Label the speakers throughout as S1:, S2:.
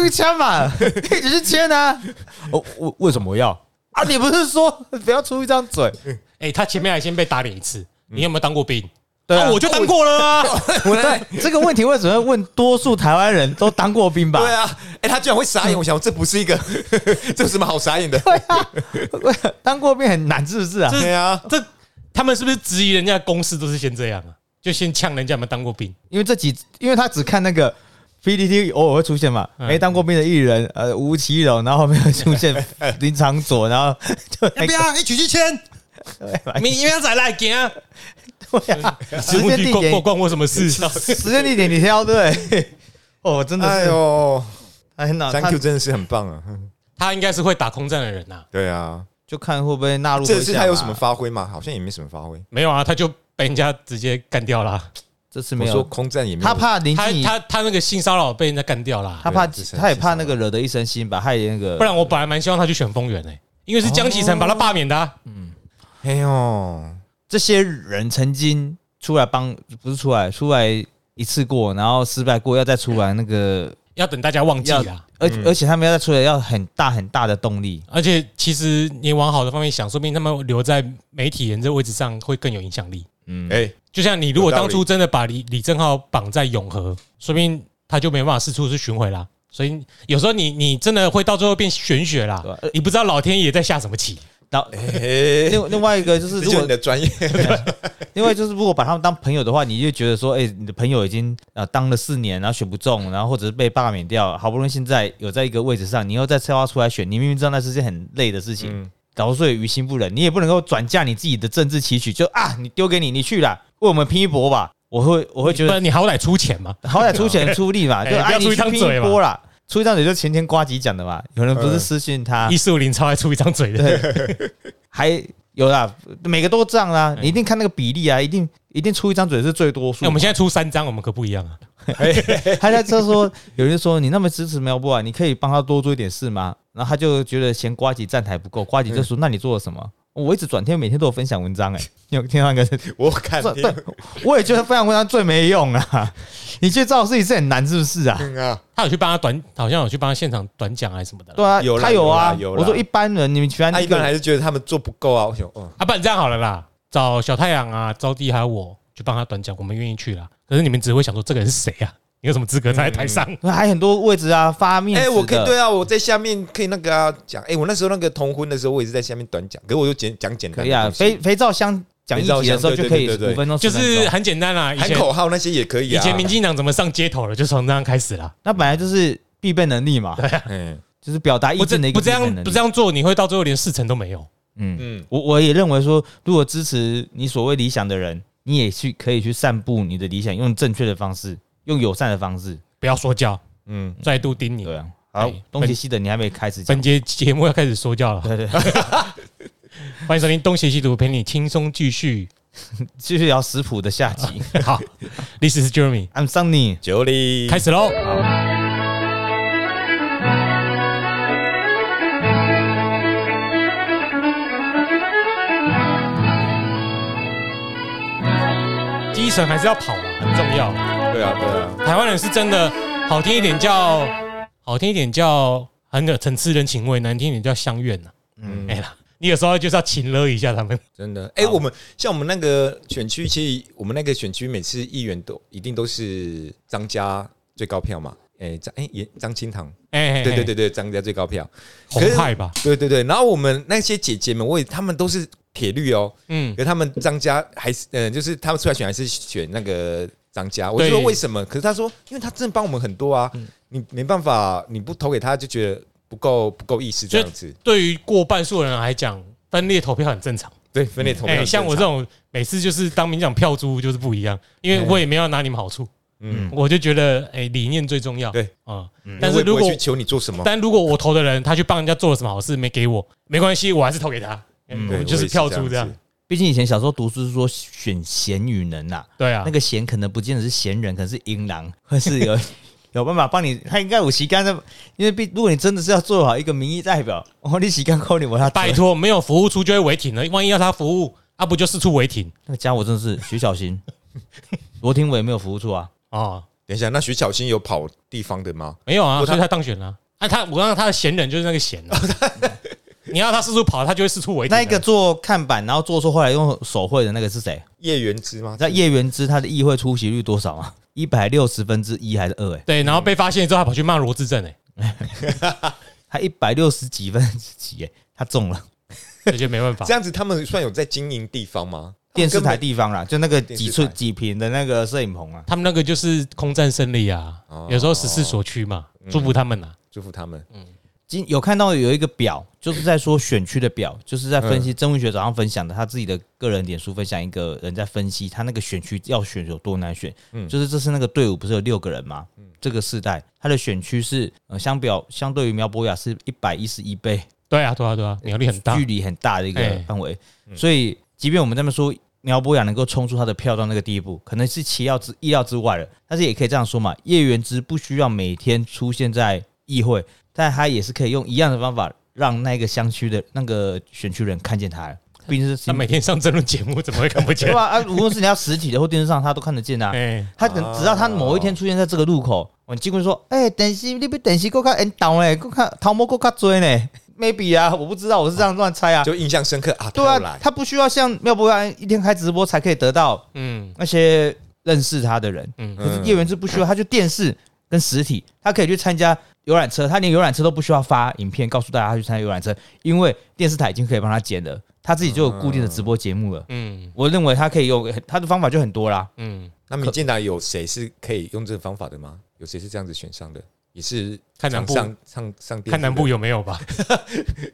S1: 这个签 嘛，你只是签啊。哦，我为什么要啊？你不是说 不要出一张嘴？
S2: 哎，他前面还先被打脸一次，你有没有当过兵？
S1: 对啊
S2: 那我就当过了啊！
S3: 我来。
S1: 对这个问题为什么要问多数台湾人都当过兵吧？嗯
S3: 对啊，哎、他居然会傻眼，我想这不是一个， 这有什么好傻眼的？
S1: 对啊， 当过兵很难，是不是啊？
S2: 这
S3: 对啊，
S2: 这他们是不是质疑人家的公司都是先这样啊？就先呛人家有没有当过兵？
S1: 因为这几，因为他只看那个 PPT 偶尔会出现嘛，
S2: 嗯
S1: 没当过兵的艺人，呃，吴奇隆，然后后面会出 现林长佐，然后 就那
S2: 不
S1: 个
S2: 要一起去签，
S1: 对
S2: 哎明明仔来行啊！
S1: 对啊，时
S2: 时
S1: 间
S2: 间
S1: 地
S2: 地
S1: 点
S2: 点关我什么事？
S1: 时间地点你挑对， 哦，真的
S3: 哎
S1: 是，
S3: 呦
S1: 哎呐，
S3: ，Thank
S1: 他
S3: you，真的是很棒啊！
S2: 他应该是会打空战的人呐、啊。
S3: 对啊，
S1: 就看会不会纳入
S3: 这
S1: 回
S3: 次
S1: 想
S3: 他有
S1: 啊
S3: 什么？发挥吗？好像也没什么发挥。
S2: 没有啊，他就被人家直接干掉啦。
S1: 这次
S3: 我
S1: 没
S3: 说
S1: 有，
S3: 空战也没有，
S1: 他怕林
S2: 他
S1: 静怡，
S2: 他他那个性骚扰被人家干掉啦。
S1: 他怕
S3: 对啊这次
S1: 他也
S3: 这次
S1: 怕那个惹得一身腥吧，他也那个
S2: 不然我本来蛮希望他去选丰原诶、因为是江
S1: 哦
S2: 启臣把他罢免的、啊。
S3: 哎呦，
S1: 这些人曾经出来帮，不是出来出来一次过，然后失败过，要再出来那个，
S2: 要等大家忘记啊
S1: 要
S2: 啦。
S1: 而、
S3: 嗯
S1: 而且他们要再出来要很大很大的动力。
S2: 而且其实你往好的方面想，说不定他们留在媒体人这位置上会更有影响力。
S1: 嗯，
S3: 哎，
S2: 就像你如果
S3: 有道理
S2: 当初真的把李李正浩绑在永和，说明他就没办法四处去巡回啦。所以有时候你你真的会到最后变玄学啦
S1: 对啊呃，
S2: 你不知道老天爷在下什么棋。
S1: 然后
S3: 哎，
S1: 另另外一个就是如
S3: 这就是
S1: 果
S3: 你的专业，
S1: 另外就是如果把他们当朋友的话，你就觉得说，哎、你的朋友已经呃当了四年，然后选不中，然后或者是被罢免掉，好不容易现在有在一个位置上，你又再策划出来选，你明明知道那是件很累的事情，
S3: 嗯
S1: 然后所以于心不忍，你也不能够转嫁你自己的政治期许，就啊，你丢给你，你去啦，为我们拼一搏吧。我会我会觉
S2: 不
S1: 得
S2: 然你好歹出钱嘛。
S1: 好歹出钱出力嘛，
S2: 哎
S1: 就
S2: 不
S1: 哎
S2: 要
S1: 你
S2: 出一
S1: 去
S2: 张
S1: 拼
S2: 嘴
S1: 一
S2: 嘛
S1: 波啦。出一张嘴就前天瓜吉讲的嘛，有人不是
S3: 嗯
S1: 私信他
S2: 一，四五零超爱出一张嘴 的， 哎
S1: 对，还有啦，每个都这样啦，
S2: 嗯
S1: 你一定看那个比例啊，一定一定出一张嘴是最多数
S2: 那
S1: 嘛。
S2: 我们现在出三张，我们可不一样啊。
S1: 他在这说，有人说你那么支持苗博啊，你可以帮他多做一点事吗？然后他就觉得嫌瓜吉站台不够，瓜吉就说：“那你做了什么？”我一直转天每天都有分享文章、哎，你有听到那个？
S3: 我看
S1: 这
S3: 你
S1: 对，我也觉得分享文章最没用啊！ 你去造事情是很难，是不是啊？
S3: 嗯啊，
S2: 他有去帮他短，好像有去帮他现场短讲还是什么的啦。
S1: 对啊，
S3: 有啦
S1: 他啊。
S3: 有啦有啦
S1: 我说一般人，啊你们居然
S3: 啊他一
S1: 一
S3: 般
S1: 个
S3: 人还是觉得他们做不够啊。我想，哦，
S2: 啊，不然这样好了啦，找小太阳啊、招娣还有我去帮他短讲，我们愿意去啦。可是你们只会想说这个人是谁啊？你有什么资格站在台上？
S1: 还很多位置啊，发面
S3: 哎，
S1: 子
S3: 我可以
S1: 的
S3: 对啊，我在下面可以那个啊讲，哎，我那时候那个同婚的时候，我也是在下面短讲，可是我就简讲简
S1: 可
S3: 单
S1: 以
S3: 的
S1: 啊。
S3: 东
S1: 肥
S3: 西，
S1: 肥皂箱讲议题的时候
S3: 肥皂箱
S1: 就可以
S3: 对对对对对
S1: 五分钟，
S2: 就
S1: 10分钟
S2: 是很简单啊啦，以
S3: 喊
S2: 前
S3: 口号那些也可以
S2: 以
S3: 啊。
S2: 前民进党怎么上街头了，就从这样开始啦。
S1: 那本来就是必备能力嘛，
S3: 嗯
S1: 就是表达意
S2: 不这
S1: 哎见的一个
S2: 不这
S1: 必备
S2: 样
S1: 能
S2: 不
S1: 力
S2: 这样做，你会到最后连四成都没有。
S1: 嗯。
S3: 嗯，
S1: 我我也认为说，如果支持你所谓理想的人，你也去可以去散布你的理想，用正确的方式，用友善的方式。
S2: 不要说教，
S3: 嗯，
S2: 再度叮咛。
S1: 对啊，好
S2: 哎，
S1: 东邪西的你还没开始讲
S2: 本，节节目要开始说教了，
S1: 对对，对
S2: 欢迎收听《东邪西毒》，陪你轻松继 续。
S1: 继续聊食谱的下 集。
S2: 好，This is Jeremy，
S1: I'm Sunny，
S3: 九里
S2: 开始喽。精神还是要跑啦，很重要。
S3: 对啊对啊，
S2: 台湾人是真的好听一点叫好听一点叫很有层次人情味，难听一点叫啊相怨呐、
S3: 嗯
S2: 没啦，你有时候就是要请了一下他们。
S3: 真的，哎、我们像我们那个选区，其实我们那个选区每次议员都一定都是张家最高票嘛，哎、张哎也张清堂，
S2: 哎、
S3: 对对对，对，张家最高票，
S2: 红派吧，
S3: 对对对。然后我们那些姐姐们，我也她们都是铁律哦，
S2: 嗯
S3: 可，是她们张家还是，嗯、就是她们出来选还是选那个张家，我就说
S2: 对嗯
S3: 为什么？可是她说，因为她真的帮我们很多啊，你没办法，你不投给她就觉得不够不够意思这样子，
S2: 对于过半数人来讲，分裂投票很正常。
S3: 对，分裂投票、
S2: 哎、像我这，种每次就是当民讲票猪就是不一样，因为我也没有要拿你们好处，
S3: 嗯，
S2: 我就觉得哎、理念最重要。
S3: 对
S2: 啊、嗯，但
S3: 但
S2: 是
S3: 是
S2: 如
S3: 如
S2: 果
S3: 果去求你做什么，
S2: 但如果我投的人他去帮人家做了什么好事没给我，没关系，我还是投给他，嗯、
S3: 对
S2: 我就是票猪
S3: 我也是
S2: 这
S3: 这样
S2: 样
S3: 子。
S1: 毕竟以前小时候读书是说选贤与能呐、
S2: 对啊，
S1: 那个贤可能不见得是贤人，可能是淫狼，或是有 有办法帮你，他应该有旗杆的，因为毕如果你真的是要做好一个民意代表，哦，你旗杆扣你我他
S2: 啊拜托，没有服务出就会违停了。万一要他服务，他不就四处违停
S1: 那个家伙真的是徐小新、罗廷伟没有服务处啊。
S2: 啊？
S3: 等一下，那徐巧芯有跑地方的吗？
S2: 没有啊，
S3: 不哦他
S2: 所
S3: 哦
S2: 以他当选了。啊，他我让他的闲人就是那个闲啊。 你要他四处跑，他就会四处啊围。
S1: 那一个，
S3: 哎
S1: 做看板，然后做错后来用手绘的那个是谁？
S3: 叶元之吗？
S1: 那叶元之他的议会出席率多少啊？一百六十分之一还是二？哎，
S2: 对，然后被发现之后，他跑去骂罗志正，哎，
S1: 他一百六十几分之几？哎，他中
S3: 哦
S1: 了
S2: 这就没办法
S3: 这。样子他们算有在经营地方吗？
S1: 电视台
S3: 地
S1: 地方啦，就那个
S3: 电
S1: 几
S3: 视
S1: 寸
S3: 台
S1: 几平的那个摄影棚啊。
S2: 他们那个就是空战胜利啊
S3: 哦，嗯
S2: 有时候十四所区嘛，祝福他们啊呐。
S3: 祝福他们。
S1: 今有看到有一个表，就是在说选区的表，就是在分
S3: 嗯
S1: 析曾文学早上分享的他自己的个人脸书分享，一个人在分析他那个选区要选有多难选。
S3: 嗯
S1: 就是这次那个队伍不是有六个人吗？这个世代他的选区是呃相表相对于苗博雅是一百一十一倍，
S2: 对啊，对啊，对啊，鸟力很大
S3: 嗯
S1: 距。离很大的一个
S2: 哎
S1: 范围，所以即便我们这么说。苗博雅能够冲出他的票到那个地步，可能是其料之意料之外了。但是也可以这样说嘛，叶元之不需要每天出现在议会，但他也是可以用一样的方法让那个乡区的那个选区人看见他，毕竟是
S2: 嗯他每天上争论节目，怎么会看不
S1: 对
S2: 见？
S1: 吧？啊，无论是你要实体的或电视上，他都看得见啊。
S2: 哎，
S1: 他可能只要他某一天出现在这个路口，我经过说，哎、等时你不等时够看 N 倒嘞，够看桃木够看追呢，maybe 啊，我不知道，我是这样乱猜啊。
S3: 就印象深刻啊，
S1: 对
S3: 他有
S1: 啊，
S3: 来
S1: 他不需要像妙不安一天开直播才可以得到
S2: 嗯，
S1: 那些认识他的人，
S2: 嗯
S1: 可是叶元之不需要，他就电视跟实体，他可以去参加游览车，他连游览车都不需要发影片告诉大家他去参加游览车，因为电视台已经可以帮他剪了，他自己就有固定的直播节目了。
S2: 嗯
S1: 我认为他可以用他的方法就很多啦，
S2: 嗯，
S3: 那民进党有谁是可以用这个方法的吗？有谁是这样子选上的？也是
S2: 看南部
S3: 上上上电视的
S2: 看南部有没有 吧？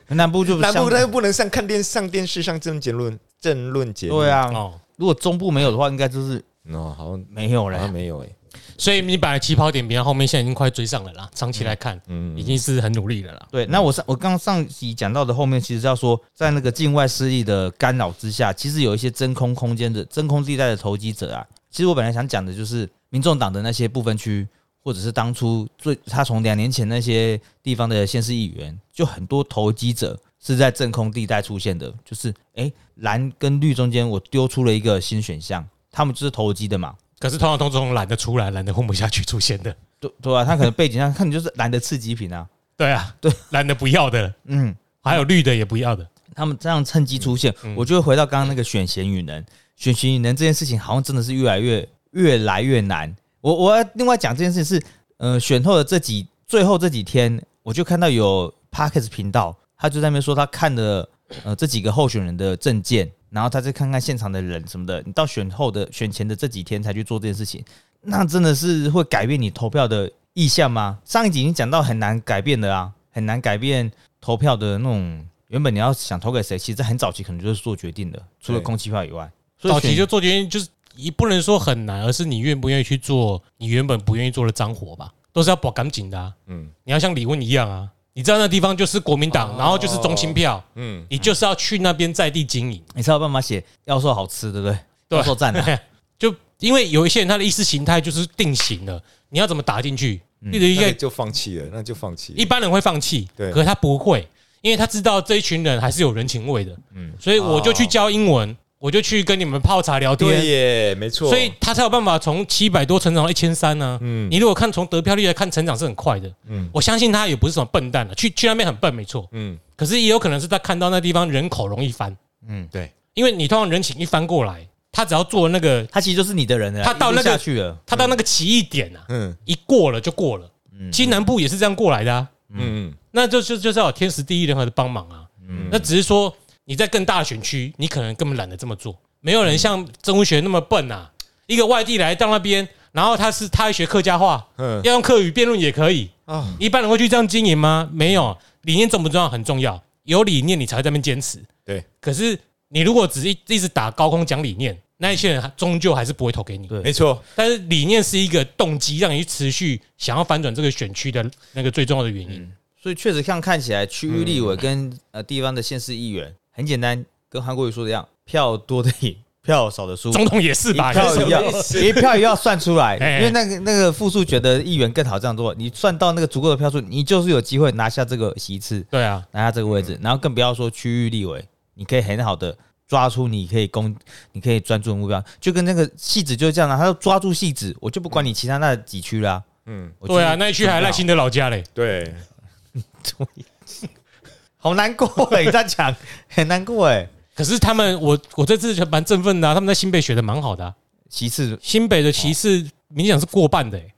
S1: 南部就
S3: 南部他
S1: 像
S3: 又不能上看电上电视上政争论政论节目。
S1: 对，啊，
S2: 哦，
S1: 如果中部没有的话，应该就是
S3: 哦，好像
S1: 没有
S3: 好
S1: 了
S3: 像。没有哎，
S2: 所以你本来起跑点比较后面，现在已经快追上了啦。长期来看，
S3: 嗯
S2: 已经是很努力了啦。
S1: 对，那我上我刚上集讲到的后面，其实是要说，在那个境外势力的干扰之下，其实有一些真空空间的真空地带的投机者啊。其实我本来想讲的就是民众党的那些部分区，或者是当初最他从两年前那些地方的县市议员，就很多投机者是在真空地带出现的，就是诶蓝跟绿中间我丢出了一个新选项，他们就是投机的嘛。
S2: 可是通常都是从懒得出来、懒得混不下去出现的。
S1: 对对啊，他可能背景上看你就是蓝的刺激品啊，
S2: 对啊，
S1: 对，
S2: 懒得不要的，
S1: 嗯，
S2: 还有绿的也不要的。
S1: 他们这样趁机出现，我就会回到刚刚那个选贤与能，选贤与能这件事情好像真的是越来越越来越难。我我要另外讲这件事是，呃，选后的这几最后这几天，我就看到有 Parkes 频道，他就在那边说他看了呃这几个候选人的证件，然后他再看看现场的人什么的。你到选后的选前的这几天才去做这件事情，那真的是会改变你投票的意向吗？上一集已经讲到很难改变的啊，很难改变投票的那种。原本你要想投给谁，其实在很早期可能就是做决定的，除了
S3: 对
S1: 空气票以外，所以
S2: 早期
S1: 选
S2: 就做决定，就是也不能说很难，而是你愿不愿意去做你原本不愿意做的脏活吧，都是要保赶紧的、啊。
S3: 嗯
S2: 你要像李问一样啊，你知道那地方就是国民党，
S3: 哦
S2: 然后就是中青票，
S3: 嗯，
S2: 你就是要去那边在地经营。
S1: 你才有办法写要说好吃，对不对？
S2: 对
S1: 要说赞的，啊
S2: 就因为有一些人他的意识形态就是定型了，你要怎么打进去？例如一
S3: 应
S2: 个
S3: 该就放弃了，那就放弃了。
S2: 一般人会放弃，
S3: 对
S2: 可是他不会，因为他知道这一群人还是有人情味的，嗯，所以我就去教英文，我就去跟你们泡茶聊
S3: 对
S2: 天，
S3: 耶，没错。
S2: 所以他才有办法从七百多成长到一千三呢。
S3: 嗯
S2: 你如果看从得票率来看，成长是很快的，
S3: 嗯
S2: 我相信他也不是什么笨蛋的，啊去去那边很笨没错，
S3: 嗯
S2: 可是也有可能是他看到那地方人口容易翻，
S1: 嗯，
S3: 对，
S2: 因为你通常人情一翻过来，他只要做那个，
S1: 他其实就是你的人了，
S2: 他到那个
S1: 一路下去了，
S2: 他到那个奇异点啊，
S3: 嗯
S2: 一过了就过了。
S1: 嗯
S2: 其实南部也是这样过来的啊，
S3: 嗯
S2: 那就就就是要有天时地利人和的帮忙啊。
S3: 嗯
S2: 那只是说你在更大的选区，你可能根本懒得这么做，没有
S3: 嗯
S2: 人像曾文学那么笨啊。一个外地来到那边，然后他是他还学客家话，
S3: 嗯
S2: 要用客语辩论也可以。
S3: 啊
S2: 一般人会去这样经营吗？没有，理念重不重要很重要，有理念你才会在那边坚持。
S3: 对，
S2: 可是你如果只是一一直打高空讲理念，那一些人还终究还是不会投给你。
S1: 对
S3: 没错，
S2: 但是理念是一个动机，让你持续想要反转这个选区的那个最重要的原
S3: 嗯
S2: 因。
S1: 所以确实看看起来，区域立委跟、呃地方的县市议员很简单，跟韩国瑜说的一样，票多的赢，票少的输。
S2: 总统也是吧？
S1: 一
S2: 也
S1: 票
S2: 是
S1: 一
S3: 什
S1: 要
S3: 么意思
S1: 一票一要算出来，
S2: 哎
S1: 因为那个那个复数觉得议员更好这样做，你算到那个足够的票数，你就是有机会拿下这个席次，
S2: 对啊，
S1: 拿下这个位置，然后更不要说区域立委，你可以很好的抓出你可以攻、你可以专注的目标，就跟那个戏子就是这样啊，他要抓住戏子，我就不管你其他那几区啦、
S3: 嗯，
S1: 我
S2: 对啊，
S1: 就是
S2: 那一区还赖辛德老家嘞，
S3: 对，
S1: 好难过哎、你这样讲 很难过哎、
S2: 可是他们，我我这次就蛮振奋的、啊，他们在新北学的蛮好的、啊，
S1: 其 次，
S2: 新北的骑士明显是过半的、欸，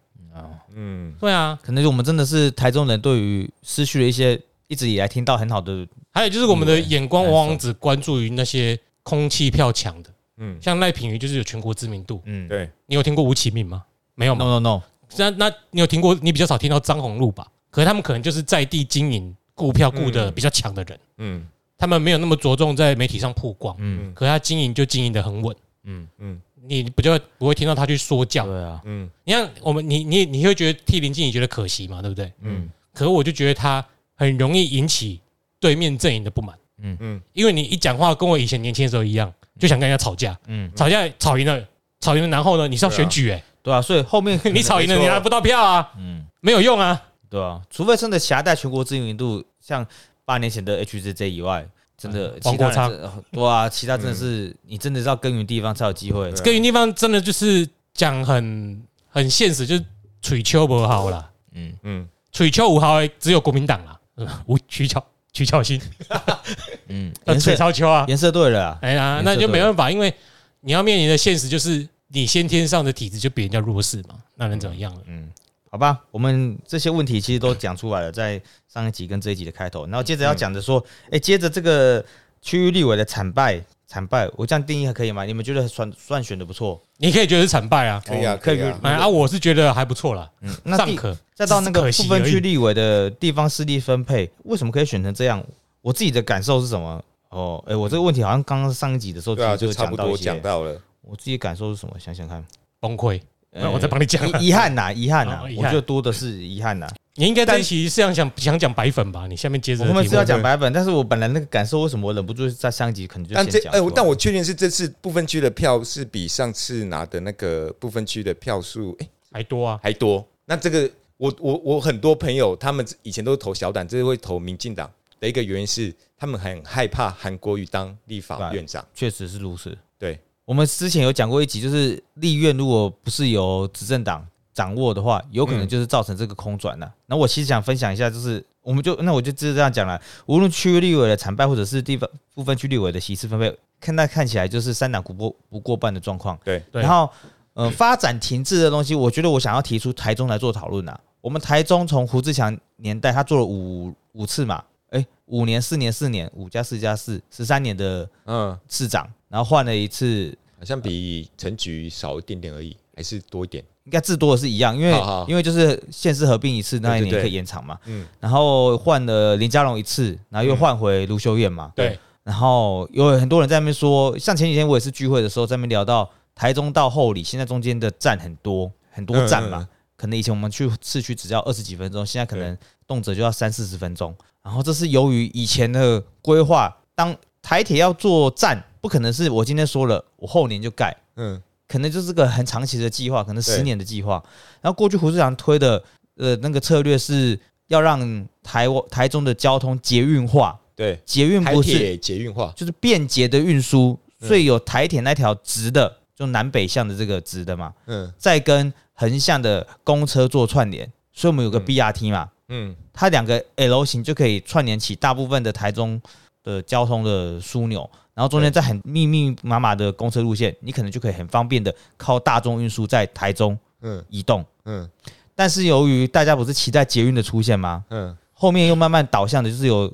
S3: 嗯，
S2: 对啊，
S1: 可能就我们真的是台中人对于失去了一些一直以来听到很好的，
S2: 还有就是我们的眼光往往只关注于那些空气票强的，
S3: 嗯，
S2: 像赖品妤就是有全国知名度，
S1: 嗯
S3: 对，
S2: 你有听过吴启敏吗？没有吗？
S1: ，no no no，
S2: 那那你有听过？你比较少听到张宏禄吧？可是他们可能就是在地经营、顾票顾的
S3: 嗯
S2: 比较强的人，
S3: 嗯
S2: 他们没有那么着重在媒体上曝光，
S1: 嗯
S2: 可是他经营就经营的很稳，
S1: 嗯，
S3: 嗯
S2: 你不就不会听到他去说教？
S1: 对啊，
S3: 嗯
S2: 你看我们，你你你会觉得替林静怡觉得可惜嘛？对不对？
S3: 嗯
S2: 可是我就觉得他很容易引起对面阵营的不满，
S3: 嗯
S2: 因为你一讲话跟我以前年轻的时候一样，就想跟人家吵架，
S1: 嗯，
S2: 吵架吵赢了，吵赢了，然后呢，你是要
S3: 对啊
S2: 选举哎、
S1: 对啊，所以后面
S2: 你吵赢了
S3: 没
S2: 你
S3: 错
S2: 拿不到票啊，
S1: 嗯，
S2: 没有用啊。
S1: 对啊，除非真的挟带全国知名度，像八年前的 HZJ 以外，真的
S2: 嗯
S1: 其他人
S2: 黄
S1: 真的对啊，其他真的是你真的是要耕耘地方才有机会
S3: 对，啊
S2: 耕耘地方真的就是讲很很现实，就是取秋不好啦，
S1: 嗯，
S3: 嗯，
S2: 取秋五好的只有国民党啦， 吴取巧取巧心，
S1: 嗯，
S2: 呃，
S1: 颜
S2: 取
S1: 色
S2: 超秋啊，
S1: 颜色对了啊，
S2: 哎呀，
S1: 颜色
S2: 那就
S1: 对
S2: 没办法，因为你要面临的现实就是你先天上的体质就比人家弱势嘛，那能怎么样呢？
S1: 嗯，好吧，我们这些问题其实都讲出来了，在上一集跟这一集的开头，然后接着要讲的说，哎、接着这个区域立委的惨败，惨败，我这样定义还可以吗？你们觉得算算选的不错？
S2: 你可以觉得是惨败啊，
S3: 可以啊，
S1: 哦
S3: 可以
S1: 可以
S3: 啊，
S2: 哎啊，我是觉得还不错啦，
S1: 嗯，那
S2: 尚
S1: 第
S2: 可。
S1: 再到那个不
S2: 只是可惜
S1: 分
S2: 而
S1: 区
S2: 已
S1: 立委的地方势力分配，为什么可以选成这样？我自己的感受是什么？哦，哎、我这个问题好像刚刚上一集的时候其
S3: 对啊，
S1: 实
S3: 就
S1: 有
S3: 差不
S1: 讲到
S3: 多
S1: 一
S3: 讲
S1: 些，
S3: 到了，
S1: 我自己感受是什么？想想看，
S2: 崩溃。那
S1: 呃
S2: 我再帮你讲啊。
S1: 遗遗憾 呐，遗憾呐
S2: 哦，遗
S1: 我
S2: 憾
S1: 觉得多的是遗憾呐。
S2: 你应该
S1: 但
S2: 这一期是想讲想讲白粉吧？你下面接着
S1: 我
S2: 的
S1: 后面
S2: 题
S1: 是要
S2: 目。
S1: 讲白本，但是我本来那个感受，为什么我忍不住在上一集可能就
S3: 但这
S1: 先讲
S3: 哎
S1: 出来？，
S3: 但我确定是这次部分区的票是比上次拿的那个部分区的票数，哎，
S2: 还多啊，
S3: 还多。那这个，我我我很多朋友，他们以前都投小党，这次会投民进党的一个原因是，他们很害怕韩国瑜当立法院长。
S1: 确实是如此。
S3: 对，
S1: 我们之前有讲过一集，就是立院如果不是由执政党掌握的话，有可能就是造成这个空转了、那、我其实想分享一下，就是我们就那我就直接这样讲了，无论区域立委的惨败，或者是地方部分区立委的席次分配，看那看起来就是三党不过不过半的状况。
S3: 对，
S2: 对
S1: 然后呃，发展停滞的东西，我觉得我想要提出台中来做讨论啊。我们台中从胡志强年代，他做了五五次嘛，哎，五年、四年、四年，五加四加四，十三年的
S3: 嗯，
S1: 市长，然后换了一次，
S3: 好像比陈局少一点点而已，还是多一点。
S1: 应该至多的是一样，因为
S3: 好好
S1: 因为就是县市合并一次，那一
S3: 对对
S1: 年
S3: 对
S1: 可以延长嘛，
S3: 嗯
S1: 然后换了林佳龙一次，然后又换回卢修燕嘛，
S2: 对，
S1: 然后有很多人在那边说，像前几天我也是聚会的时候，在那边聊到台中到后里，现在中间的站很多很多站嘛，
S3: 嗯嗯嗯
S1: 可能以前我们去市区只要二十几分钟，现在可能动辄就要三四十分钟。然后这是由于以前的规划，当台铁要做站，不可能是我今天说了，我后年就盖，
S3: 嗯，
S1: 可能就是个很长期的计划，可能
S3: 对
S1: 十年的计划。然后过去胡市长推的呃那个策略是要让台湾台中的交通捷运化，
S3: 对，
S1: 捷运
S3: 台
S1: 不是
S3: 铁捷运化。
S1: 就是便捷的运输，
S3: 嗯
S1: 所以有台铁那条直的，就南北向的这个直的嘛，
S3: 嗯
S1: 再跟横向的公车做串联，所以我们有个
S3: 嗯
S1: BRT 嘛，
S3: 嗯
S1: 它两个 L 型就可以串联起大部分的台中的交通的枢纽，然后中间再很密密麻麻的公车路线，你可能就可以很方便的靠大众运输在台中
S3: 嗯
S1: 移动。
S3: 嗯
S1: 但是由于大家不是期待捷运的出现吗？
S3: 嗯，
S1: 后面又慢慢导向的，就是有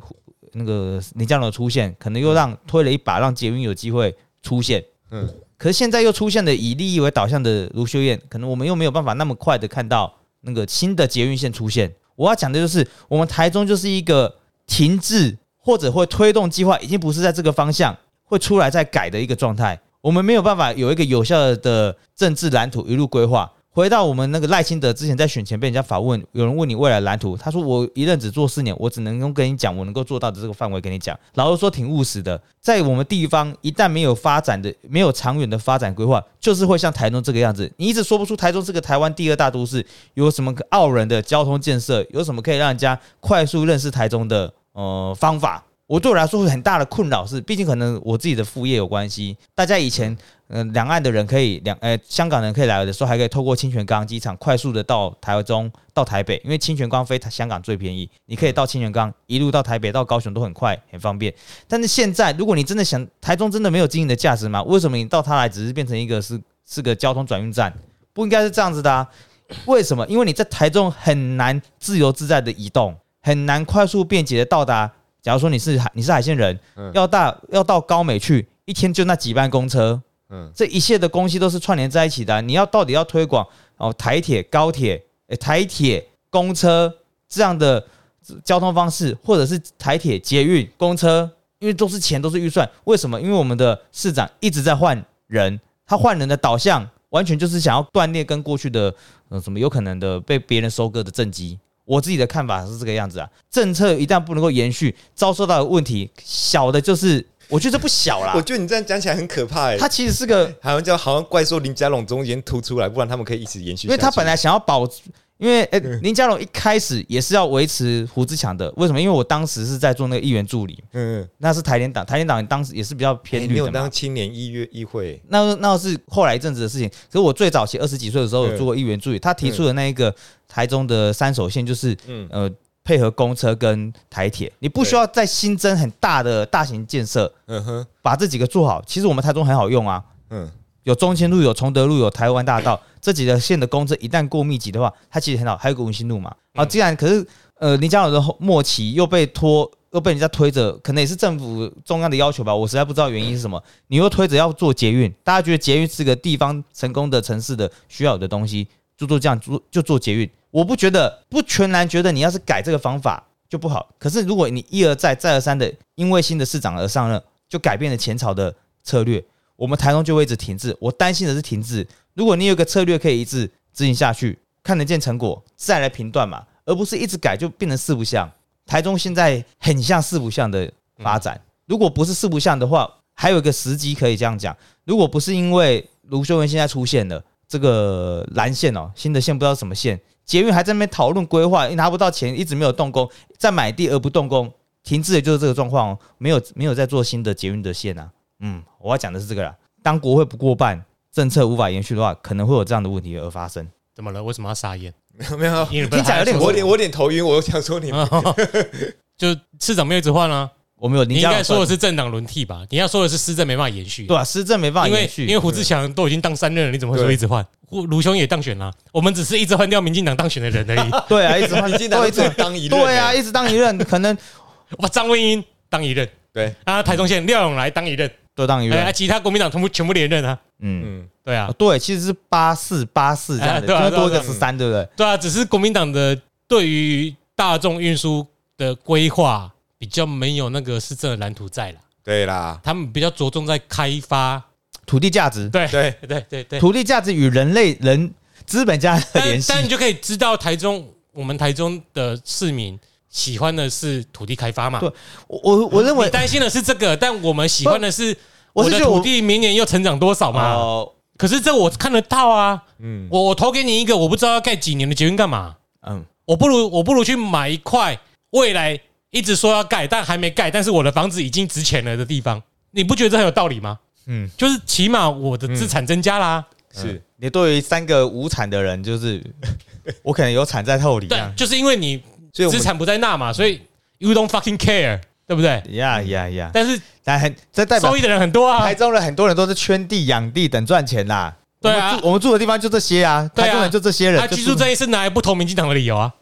S1: 那个林佳龙的出现，可能又让推了一把，让捷运有机会出现。嗯
S3: 嗯，
S1: 可是现在又出现了以利益为导向的卢修燕，可能我们又没有办法那么快的看到那个新的捷运线出现。我要讲的就是，我们台中就是一个停滞或者会推动计划，已经不是在这个方向会出来再改的一个状态。我们没有办法有一个有效的政治蓝图一路规划。回到我们那个赖清德之前在选前被人家访问，有人问你未来蓝图，他说我一任只做四年，我只能够跟你讲我能够做到的这个范围跟你讲。老实说挺务实的，在我们地方一旦没有发展的、没有长远的发展规划，就是会像台中这个样子。你一直说不出台中这个台湾第二大都市有什么傲人的交通建设，有什么可以让人家快速认识台中的呃方法。我对我来说会很大的困扰是，毕竟可能我自己的副业有关系。大家以前，嗯、两岸的人可以两，呃，香港人可以来的时候，还可以透过清泉岗机场快速的到台中、到台北，因为清泉岗飞香港最便宜，你可以到清泉岗一路到台北、到高雄都很快，很方便。但是现在，如果你真的想台中真的没有经营的价值吗？为什么你到它来只是变成一个是是个交通转运站？不应该是这样子的啊！为什么？因为你在台中很难自由自在的移动，很难快速便捷的到达。假如说你是海你是海鲜人，
S3: 嗯
S1: 要到要到高美去，一天就那几班公车，
S3: 嗯，
S1: 这一切的东西都是串联在一起的啊、你要到底要推广哦，台铁、高铁、诶台铁、公车这样的交通方式，或者是台铁、捷运、公车，因为都是钱，都是预算。为什么？因为我们的市长一直在换人，他换人的导向完全就是想要断裂跟过去的呃什么有可能的被别人收割的政绩。我自己的看法是这个样子啊，政策一旦不能够延续，遭受到的问题小的就是，我觉得不小啦
S3: 我。觉得你这样讲起来很可怕哎、
S1: 它其实是个
S3: 好像叫好像怪兽林家龙中间突出来，不然他们可以一直延续
S1: 因为他本
S3: 来
S1: 来想要保，因为诶、林佳龙一开始也是要维持胡志强的，为什么？因为我当时是在做那个议员助理，
S3: 嗯，
S1: 那是台联党，台联党当时也是比较
S3: 哎
S1: 偏
S3: 你
S1: 绿
S3: 有
S1: 的嘛。
S3: 当青年议月议会，
S1: 那那是后来一阵子的事情。可是我最早期二十几岁的时候有做过议员助理，他提出的那一个台中的三手线就是，
S3: 嗯
S1: 呃，配合公车跟台铁，你不需要再新增很大的大型建设，
S3: 嗯哼，
S1: 把这几个做好。其实我们台中很好用啊，
S3: 嗯，
S1: 有中清路、有崇德路、有台湾大道这几条线的公车，一旦过密集的话，它其实很好。还有个文心路嘛，啊，既然可是呃林佳龙的后末期又被拖，又被人家推着，可能也是政府中央的要求吧，我实在不知道原因是什么。你又推着要做捷运，大家觉得捷运是个地方成功的城市的需要有的东西，就做这样做就做捷运。我不觉得，不全然觉得你要是改这个方法就不好。可是如果你一而再再而三的因为新的市长而上任，就改变了前朝的策略，我们台中就会一直停滞。我担心的是停滞。如果你有个策略可以一致执行下去，看得见成果，再来评断嘛，而不是一直改就变成四不像。台中现在很像四不像的发展。如果不是四不像的话，还有一个时机可以这样讲。如果不是因为卢秀文现在出现了这个蓝线哦，新的线不知道什么线，捷运还在那边讨论规划，拿不到钱，一直没有动工，在买地而不动工，停滞的就是这个状况哦，没有没有在做新的捷运的线啊。嗯，我要讲的是这个啦。当国会不过半，政策无法延续的话，可能会有这样的问题而发生。
S2: 怎么了？为什么要撒烟？
S3: 没有没有，
S2: 你
S1: 哦听起来有点
S3: 嗯我有点我有点头晕，我想说你们
S2: 哦就市长没有一直换啊。
S1: 我们有
S2: 你
S1: 林
S2: 应
S1: 佳龙
S2: 该说的是政党轮替吧？你要说的是施政没办法延续，啊
S1: 对吧、啊施政没办
S2: 因
S1: 法
S2: 为
S1: 延续，
S2: 因为胡志强都已经当三任了，你怎么会说一直换？胡卢兄也当选了，我们只是一直换掉民进党当选的人而 已。
S1: 对啊，一 直换，
S3: 民进党
S1: 对一
S3: 只
S1: 直
S3: 当一任
S1: 对啊，
S3: 欸
S1: 一直当一任，可能
S2: 把张文英当一任，
S3: 对，
S2: 啊，台中县廖永来当一任，
S1: 都当一
S2: 哎，啊
S1: 任。
S2: 其他国民党全部全部连任啊。
S1: 嗯，
S3: 嗯，
S2: 对啊，
S1: 对，其实是八四八四这样
S2: 哎
S1: 的，
S2: 对啊
S1: 因为多一
S2: 对啊
S1: 个十三，对不对？
S2: 对啊，只是国民党的对于大众运输的规划比较没有那个市政的蓝图在了，
S3: 对啦，
S2: 他们比较着重在开发。
S1: 土地价值，
S2: 对
S3: 对，
S2: 对对对，
S1: 土地价值与人类人资本家的
S2: 但
S1: 联系，
S2: 但你就可以知道台中我们台中的市民喜欢的是土地开发嘛
S1: 对。我我我认为
S2: 你担心的是这个，但我们喜欢的是
S1: 我
S2: 我
S1: 是
S2: 的
S1: 觉得我
S2: 土地明年又成长多少嘛。
S1: 哦，
S2: 可是这我看得到啊，
S3: 嗯
S2: 我我投给你一个，我不知道要盖几年的捷运干嘛，
S1: 嗯，
S2: 我不如我不如去买一块未来一直说要盖但还没盖，但是我的房子已经值钱了的地方，你不觉得这很有道理吗？
S1: 嗯
S2: 嗯，就是起码我的资产增加啦，
S3: 是
S1: 你对于三个无产的人，就是我可能有产在后里这
S2: 对
S1: 样，。
S2: 就是因为你
S3: 所以我
S2: 资
S3: 们
S2: 产不在那嘛，所以 you don't fucking care，对不对？
S1: 呀呀呀！
S2: 但是
S1: 但很这代表
S2: 受益的人很多啊
S1: 台，中人很多人都是圈地养地等赚钱啦。
S2: 对啊
S1: 我们住我们住的地方就这些啊，
S2: 对啊
S1: 台中人就这些人
S2: 他。
S1: 就
S2: 居住
S1: 住
S2: 正义是拿来不投民进党的理由啊。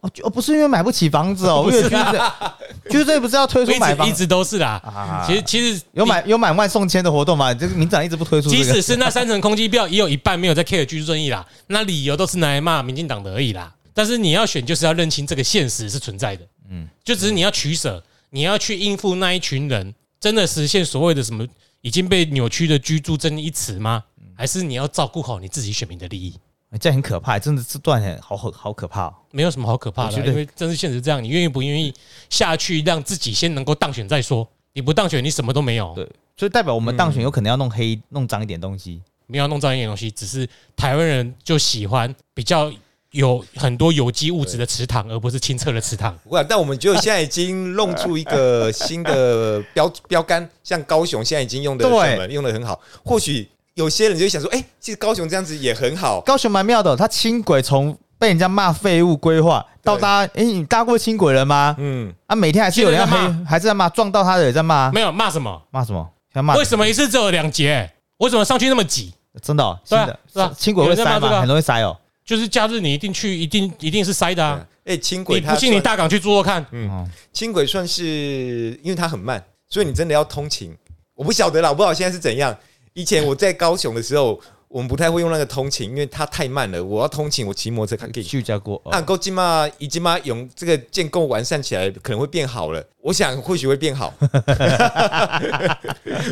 S1: 哦就哦，不是因为买不起房子哦，
S2: 不
S1: 因
S2: 是啊
S1: 为居住证居住证不是要推
S2: 一
S1: 出买
S2: 直
S1: 房
S2: 一直都是啦。
S1: 啊？
S2: 其实其实
S1: 有，买有买万送千的活动嘛？这个民长一直不推出
S2: 即
S1: 这个
S2: 使是那三层空机票，也有一半没有在 care 居住正义啦。那理由都是拿来骂民进党的而已啦。但是你要选，就是要认清这个现实是存在的。嗯，就只是你要取舍，你要去应付那一群人，真的实现所谓的什么已经被扭曲的居住正义一词吗？
S1: 嗯
S2: 还是你要照顾好你自己选民的利益？
S1: 哎这样很可怕，真的这段很好好好可怕哦。
S2: 没有什么好可怕
S1: 我
S2: 的
S1: 觉
S2: 啊，
S1: 得
S2: 因为真实现实这样，你愿意不愿意下去，让自己先能够当选再说。你不当选，你什么都没有。
S1: 对，所以代表我们当
S2: 嗯
S1: 选有可能要弄黑、弄脏一点东西。
S2: 没有要弄脏一点东西，只是台湾人就喜欢比较有很多有机物质的池塘，而不是清澈的池塘。
S3: 不过，但我们就现在已经弄出一个新的标标杆，像高雄现在已经用的
S1: 对
S3: 什么用的很好，或许有些人就想说，哎、其实高雄这样子也很好，
S1: 高雄蛮妙的，它轻轨从被人家骂废物规划到
S3: 对
S1: 搭，哎，你搭过轻轨了吗？
S3: 嗯，
S1: 啊，每天还是有人要
S2: 现在在
S1: 黑，还是在骂，撞到他的也在骂啊，
S2: 没有骂什么？
S1: 骂什么？要骂
S2: 为什么一次只有两节？为什么上去那么挤？
S1: 真的哦？
S2: 对啊
S1: 是的
S2: 是啊
S1: 轻轨
S2: 有
S1: 会
S2: 人在骂
S1: 塞
S2: 这个
S1: 吗？
S2: 啊
S1: 很容易塞哦。
S2: 就是假日你一定去，一定一定是塞的啊！
S3: 哎，轻轨
S2: 你
S3: 它
S2: 不信你
S3: 算
S2: 大港去坐坐看，
S1: 嗯，
S3: 轻轨算是，因为它很慢，所以你真的要通勤。我不晓得啦，我不知道现在是怎样。以前我在高雄的时候，我们不太会用那个通勤，因为它太慢了。我要通勤，我骑摩托车可以。
S1: 去加过哦
S3: 那啊够今嘛，已经嘛用这个建构完善起来，可能会变好了。我想或许会变好，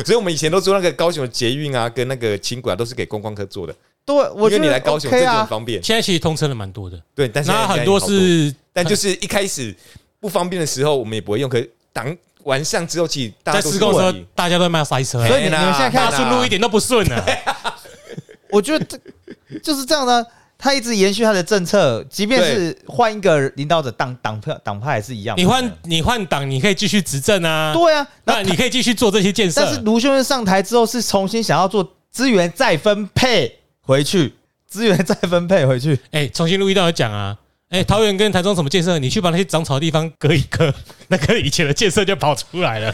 S3: 所以我们以前都做那个高雄的捷运啊，跟那个轻轨啊，都是给观光客做的。
S1: 对，我觉得
S3: 因为你来高雄这
S1: OK
S3: 就很
S1: 啊，
S3: 方便，
S2: 现在其实通车的蛮多的，
S3: 对。但是
S2: 那很多是
S3: 但就是一开始不方便的时候，我们也不会用。可当完善之后，其实大
S2: 在
S3: 家都
S2: 施
S3: 是
S2: 工的时候
S3: 问题，
S2: 大家都在骂塞车，
S1: 所以你
S3: 哎呀
S1: 你们现在看
S2: 大顺路一，点都不顺啊了。
S1: 我觉得这就是这样的啊。他一直延续他的政策，即便是换一个领导者，党党派党派还是一样。
S2: 你换你换党，你可以继续执政啊，
S1: 对啊，
S2: 那
S1: 那
S2: 你可以继续做这些建设。
S1: 但是卢秀燕上台之后是重新想要做资源再分配回去，资源再分配回去。
S2: 哎、重新录一段有讲啊。哎、桃园跟台中什么建设？你去把那些长草的地方割一割， 那个以前的建设就跑出来了。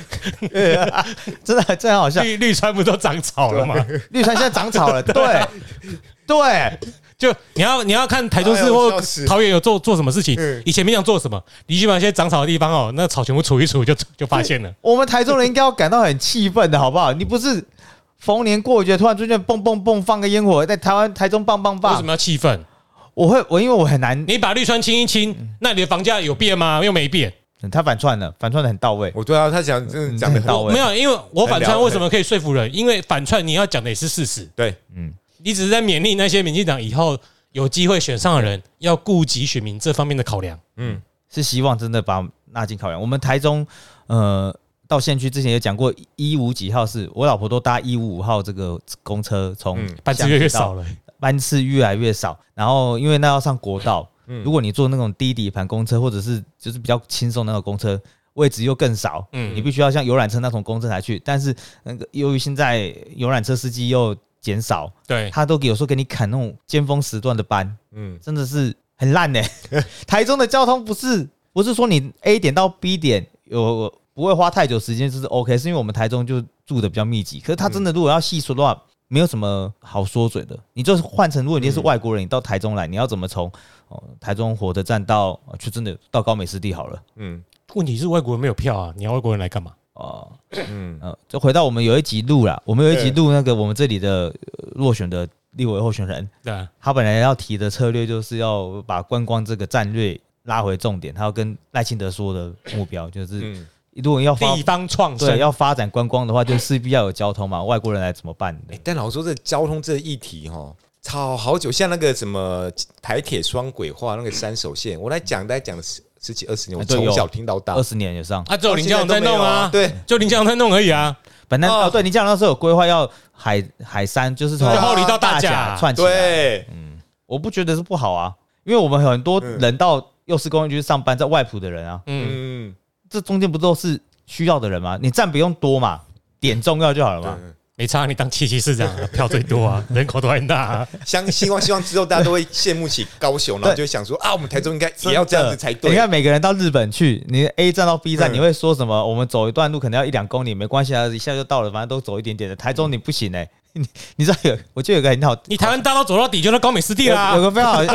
S1: 真的真的很好
S3: 啊
S1: 笑。
S2: 绿绿川不都长草了吗？
S1: 绿川现在长草了，对 对，
S2: 就你要你要看台中
S3: 哎
S2: 市
S3: 呦
S2: 或
S3: 笑死
S2: 桃园有做做什么事情
S3: 嗯，
S2: 以前没想做什么，你去把那些长草的地方哦，那草全部除一除就就发现了。
S1: 我们台中人应该要感到很气愤的好不好？你不是逢年过节突然出现蹦蹦蹦放个烟火，在台湾台中棒棒
S2: 为什
S1: 棒
S2: 么，要气愤？
S1: 我会我因为我很难，
S2: 你把绿川清一
S3: 嗯
S2: 清，那你的房价有变吗？又没变，
S1: 他反串了，反串的很到位。
S3: 我对啊，他讲真的讲的
S1: 嗯到
S3: 很
S1: 位
S2: 没有，因为我反
S3: 欸很了
S2: 串
S3: 解
S2: 为什么可以说服人？因为反串你要讲的也是事实，
S3: 对，
S2: 你只是在勉励那些民进党以后有机会选上的人，要顾及选民这方面的考量。
S3: 嗯，
S1: 是希望真的把纳进考量。我们台中，呃，到县区之前也讲过，一五几号是我老婆都搭一五五号这个公车，从
S3: 嗯
S2: 班次越来越少了，
S1: 班次越来越少。然后因为那要上国道，如果你坐那种低底盘公车，或者是就是比较轻松那个公车，位置又更少，
S2: 嗯
S1: 你必须要像游览车那种公车才去。但是呃那个由于现在游览车司机又减少，
S2: 对，
S1: 他都有时候给你砍那种尖峰时段的班，
S3: 嗯，
S1: 真的是很烂呢、台中的交通不是不是说你 A 点到 B 点有不会花太久时间就是 OK，是因为我们台中就住的比较密集。可是它真的如果要细说的话，没有什么好说嘴的。你就是换成，如果你是外国人，你到台中来，你要怎么从哦台中火车站到呃就真的到高美湿地好了。
S3: 嗯，
S2: 问题是外国人没有票啊，你要外国人来干嘛？
S1: 哦，
S3: 嗯，
S1: 呃，就回到我们有一集录啦，我们有一集录那个我们这里的呃落选的立委候选人，
S2: 对啊，
S1: 他本来要提的策略就是要把观光这个战略拉回重点，他要跟赖清德说的目标就是，
S3: 嗯，
S1: 如果要发
S2: 地方创
S1: 对
S2: 生。
S1: 要发展观光的话，就势必要有交通嘛，外国人来怎么办？
S3: 哎，但老实说这交通这议题哈，吵好久，像那个什么台铁双轨化那个三手线，我来讲，大概讲了十十几二十年，我
S1: 哎对
S3: 从
S1: 有
S3: 小听到大
S1: 二，十年以上，
S2: 啊，只有林佳
S3: 到
S2: 龙
S3: 现都
S2: 在
S3: 没有
S2: 弄啊，
S3: 对，
S2: 就林佳龙在弄而已啊。
S1: 本来
S3: 哦
S1: 哦，对你讲那时候有规划要海海山，就是从
S3: 对
S2: 然
S3: 啊
S2: 后离到大
S1: 甲
S2: 甲，
S1: 串起来，
S3: 对，
S1: 我不觉得是不好啊，因为我们很多人到幼师公园去上班，在外埔的人啊，
S2: 嗯，
S3: 嗯，
S1: 这中间不都是需要的人吗？你站不用多嘛，点重要就好了嘛。
S2: 没差，你当七七市长啊票最多啊，人口都很大啊。
S3: 嗯相 希望希望之后大家都会羡慕起高雄，然后就会想说啊，我们台中应该也要这样子才对。
S1: 你看每个人到日本去，你 A 站到 B 站，
S3: 嗯
S1: 你会说什么？我们走一段路可能要一两公里，没关系啊，一下就到了，反正都走一点点的。台中你不行哎、你 你知道有，我就有个很好，
S2: 你台湾大道走到底就是高美湿地
S1: 有
S2: 啦
S1: 有。个非常好，你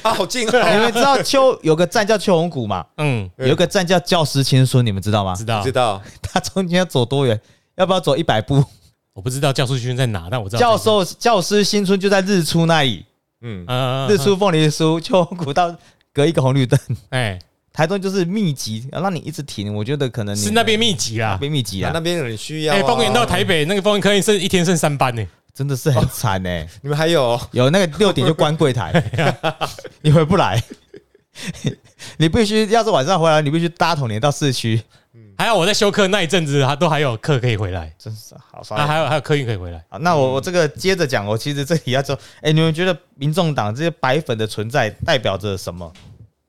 S3: 啊，好近 哦，
S1: 们知道秋有个站叫秋红谷嘛？
S2: 嗯，
S3: 嗯
S1: 有一个站叫教师青春，你们知道吗
S2: 知？道
S3: 知，道？
S1: 它中间要走多远？要不要走一百步？
S2: 我不知道教授圈在哪，但我知道
S1: 教，授教师新村就在日出那里，
S3: 嗯，
S2: 呃
S1: 日出凤梨酥，秋红谷到隔一个红绿灯。
S2: 哎，
S1: 台中就是密集，让你一直停，我觉得可能你
S2: 是那边密集啦。
S1: 边密集啊，
S3: 啊那边有人需要啊。
S2: 哎，丰原到台北那个丰原科技剩一天剩三班呢，
S1: 真的是很惨哎、
S3: 你们还有
S1: 有那个六点就关柜台， 你 回不来。你必须要是晚上回来，你必须搭统联到市区，
S2: 还好我在休课那一阵子，他都还有课可以回来，
S1: 真是好傻
S2: 啊，
S1: 眼。
S2: 还有还有客运可以回来。
S1: 好，啊那我我这个接着讲，我其实这里要说，哎，你们觉得民众党这些白粉的存在代表着什么？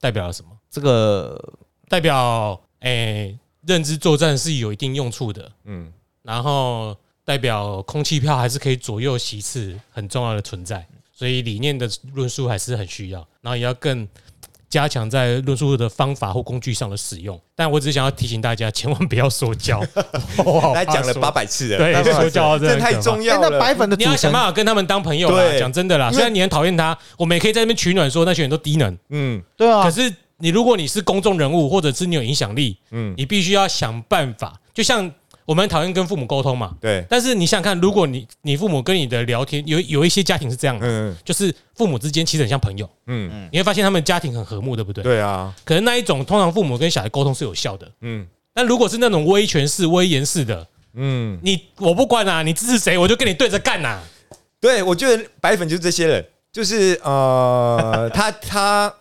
S2: 代表了什么？
S1: 这个
S2: 代表诶、认知作战是有一定用处的，
S3: 嗯，
S2: 然后代表空气票还是可以左右席次很重要的存在，所以理念的论述还是很需要，然后也要更加强在论述的方法或工具上的使用。但我只想要提醒大家，千万不要说教， 我好
S3: 他
S2: 怕
S3: 讲了
S2: 说
S3: 八，百次了，
S2: 对
S3: 八百，次
S2: 说教真的
S3: 这
S2: 很
S3: 太
S2: 可怕
S3: 重
S1: 哎
S3: 要
S1: 那白
S3: 了。
S1: 粉的
S2: 你
S1: 组
S2: 要想
S1: 成
S2: 办法跟他们当朋友啦。
S3: 对
S2: 讲真的啦，
S3: 因为
S2: 虽然你很讨厌他，我们也可以在那边取暖，说那些人都低能。
S3: 嗯
S1: 对啊
S2: 可，是你如果你是公众人物，或者是你有影响力，
S3: 嗯，
S2: 你必须要想办法。就像我们很讨厌跟父母沟通嘛，
S3: 对，
S2: 但是你想想看，如果你你父母跟你的聊天，有有一些家庭是这样的，
S3: 嗯
S2: 就是父母之间其实很像朋友，
S3: 嗯，
S2: 你会发现他们家庭很和睦，对不对？
S3: 对啊，
S2: 可能那一种通常父母跟小孩沟通是有效的，
S3: 嗯
S2: 但如果是那种威权式、威严式的，
S3: 嗯，
S2: 你我不管啊，你支持谁，我就跟你对着干啊呐。
S3: 对，我觉得白粉就是这些人，就是 呃，他他，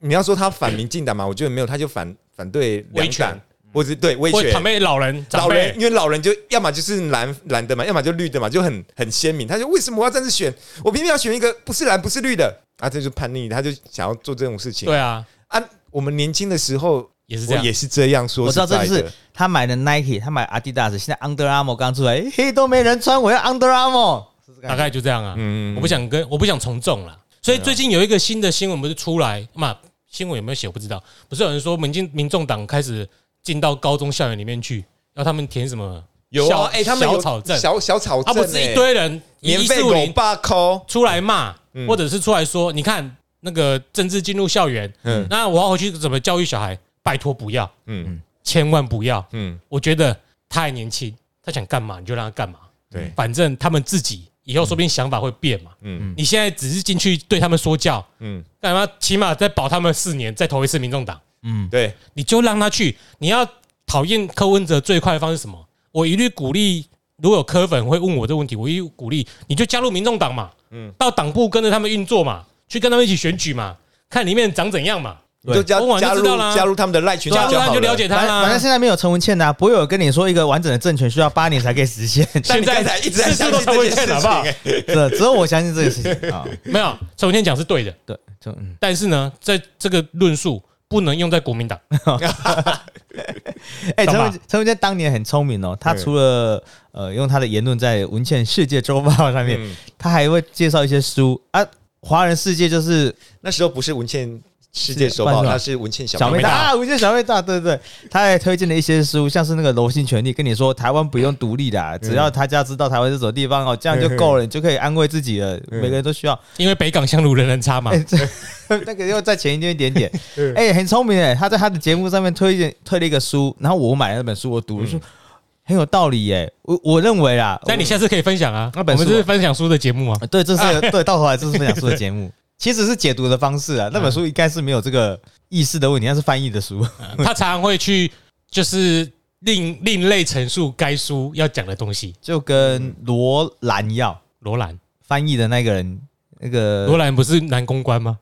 S3: 你要说他反民进党嘛，我觉得没有，他就反反对两
S2: 威权
S3: 党，或者对威
S2: 或
S3: 权
S2: 旁。边老人、
S3: 老
S2: 长辈
S3: 人，因为老人就要么就是蓝蓝的嘛，要么就绿的嘛，就很很鲜明。他就为什么我要这样子选？我偏偏要选一个不是蓝不是绿的啊！这就是叛逆，他就想要做这种事情。
S2: 对啊，
S3: 啊，我们年轻的时候
S2: 也是这
S3: 我
S2: 样
S3: 也。是这样说
S1: 我知
S3: 实
S1: 道
S3: 在的，
S1: 这就是他买的 Nike，他买 Adidas，现在 Under Armour 刚出来，诶嘿都没人穿，我要 Under Armour。是这个
S2: 大概就这样啊。
S3: 嗯啊
S2: 我不想跟我不想从众了，所以最近有一个新的新闻不是出来嘛？新闻有没有写我不知道，不是有人说民进民众党开始进到高中校园里面去，要他们填什么
S3: 有
S2: 小
S3: 啊，哎、他们有
S2: 小草证，
S3: 小小草
S2: 啊
S3: 证、
S2: 不是一
S3: 哎
S2: 堆人以
S3: 免
S2: 一
S3: 费
S2: 四五
S3: 狗
S2: 零
S3: 爸抠，
S2: 出来骂，
S3: 嗯
S2: 或者是出来说，你看那个政治进入校园，
S3: 嗯
S2: 那我要回去怎么教育小孩？拜托不要，
S3: 嗯
S2: 千万不要，
S3: 嗯，
S2: 我觉得他还年轻，他想干嘛你就让他干嘛，
S3: 对，
S2: 反正他们自己以后说不定想法会变嘛。
S3: 嗯
S2: 你现在只是进去对他们说教，
S3: 嗯
S2: 干嘛？起码再保他们四年，再投一次民众党，
S1: 嗯，
S3: 对，
S2: 你就让他去。你要讨厌柯文哲最快的方式是什么？我一律鼓励，如果有柯粉会问我这个问题，我一律鼓励你就加入民众党嘛，
S3: 嗯
S2: 到党部跟着他们运作嘛，去跟他们一起选举嘛，看里面长怎样嘛，
S3: 你就加
S2: 我晚就
S3: 加入
S2: 知道啦
S3: 加入他们的赖群
S2: 加
S3: 组
S2: 入他
S3: 好
S2: 就了解他
S1: 反
S2: 啦。
S1: 反正现在没有陈文茜呐、不会有跟你说一个完整的政权需要八年才可以实 现，
S3: 但
S2: 现
S3: 你
S2: 在
S3: 刚才一直在
S2: 四处都
S3: 相信
S2: 才
S3: 这
S2: 会
S3: 件事
S2: 看
S3: 情、
S2: 好不好
S3: 哎
S1: 这啊只有我相信这个事情 啊。
S2: 没有，陈文天讲是对的，
S1: 对，就嗯，
S2: 但是呢，在这个论述不能用在国民党。
S1: 哎、陈
S2: 懂吧
S1: 文陈文茜当年很聪明哦，他
S3: 嗯
S1: 除了呃用他的言论在《文茜世界周报》上面，
S3: 嗯
S1: 他还会介绍一些书啊。华人世界就是
S3: 那时候不是文倩世界首报，
S1: 是
S3: 那是文倩小
S1: 小妹
S3: 妹
S1: 大
S2: 大
S1: 啊，文茜小妹大，对对对，他还推荐了一些书，像是那个《柔性权利》，跟你说台湾不用独立的啊，只要大家知道台湾是什么地方哦，这样就够了，你就可以安慰自己了。每个人都需要，
S2: 因为北港香炉人人差嘛
S1: 哎、，这 那个又再前一点点 点，
S3: 嗯
S1: 哎、很聪明哎，他在他的节目上面推荐推了一个书，然后我买了那本书，我
S2: 嗯
S1: 读了，说、很有道理耶，我我认为啦，
S2: 但你下次可以分享啊，
S1: 那
S2: 我
S1: 本
S2: 们
S1: 书啊
S2: 这是分享书的节目啊。
S1: 我对这是 对，到头来这是分享书的节目，其实是解读的方式
S2: 嗯
S1: 啊，那本书应该是没有这个意识的问题，它是翻译的书，
S2: 他常常会去就是另另类陈述该书要讲的东西。
S1: 就跟罗兰要
S2: 罗兰，
S1: 翻译的那个人，那
S2: 罗
S3: 呃
S1: 个
S2: 兰不是男公关吗？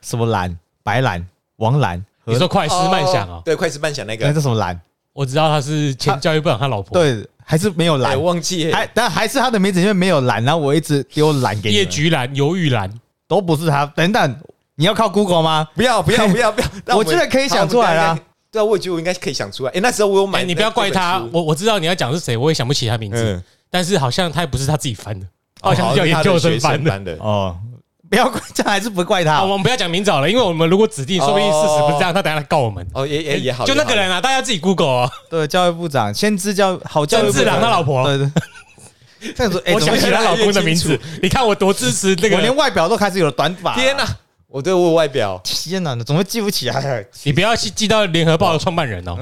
S1: 什么兰，白兰，王兰，和哎
S2: 你说快思慢想
S3: 哦
S2: 哦，
S3: 对，快思慢想那
S1: 那
S3: 个，
S1: 叫什么兰？
S2: 我知道他是前教育部长他老婆
S1: 对，还是没有
S3: 哎
S1: 兰
S3: 我，忘记了，
S1: 还但还是他的名字因为没有兰，然后我一直丢兰给你
S2: 叶
S1: 们。
S2: 菊兰、尤玉兰，
S1: 都不是他。等等，你要靠 Google 吗？
S3: 不要不
S2: 哎
S3: 要不要不要，让
S1: 我
S3: 们
S1: 觉得可以想出来啦。
S3: 好我们大家对啊，我也觉得我应该可以想出来。哎，那时候我有买
S2: 哎，
S3: 那，
S2: 你不要怪他
S3: 那，本书
S2: 我我知道你要讲是谁，我也想不起他名字，
S3: 嗯，
S2: 但是好像他也不是他自己翻的，好像
S3: 哦
S2: 是叫研究
S3: 他的
S2: 生
S3: 学
S2: 翻
S3: 生
S2: 的。
S3: 翻的。
S1: 哦，不要怪， 这还是不怪他
S2: 啊，。我们不要讲明早了，因为我们如果指定，说不定事实不是这样，他等下来告我们。
S3: 哦，也哦也也好，
S2: 就那个人啊，大家自己 Google 哦。
S1: 对，教育部长先知教好教育部
S2: 郑志
S1: 长
S2: 朗他老婆
S1: 对对。 这样子，哎
S2: 我
S1: 怎
S2: 想
S1: 么
S2: 起
S1: 会
S2: 她老公的名
S3: 越
S2: 字
S3: 来，
S2: 你看我多支持那
S1: 我
S2: 个
S1: 连。外表都开始有了短发。
S3: 也好，天！哪！我对我有外表
S1: 天哪，怎么会记不起来？
S2: 你不要去记到联合报的创办人哦，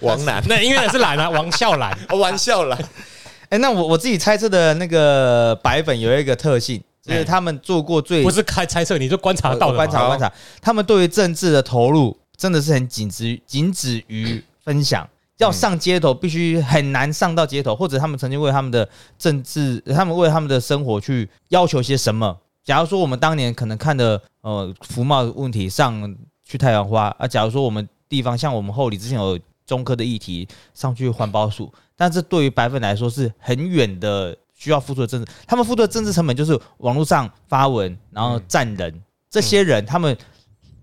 S3: 王楠，
S2: 那因为是懒啊，王笑懒。
S3: 哦玩笑啦，
S1: 哎，那我我自己猜测的那个白粉有一个特性，
S2: 哎
S1: 就是他们做过最
S2: 不是开猜测，你就观察
S1: 我
S2: 到的嘛
S1: 观察观察，他们对于政治的投入真的是很仅止仅止于分享。要
S2: 嗯
S1: 上街头，必须很难上到街头，或者他们曾经为他们的政治，他们为他们的生活去要求些什么。假如说我们当年可能看的呃服贸问题上去太阳花啊，假如说我们地方，像我们后里之前有中科的议题上去环保署，但这对于白粉来说是很远的，需要付出的政治，他们付出的政治成本就是网络上发文，然后站人，这些人他们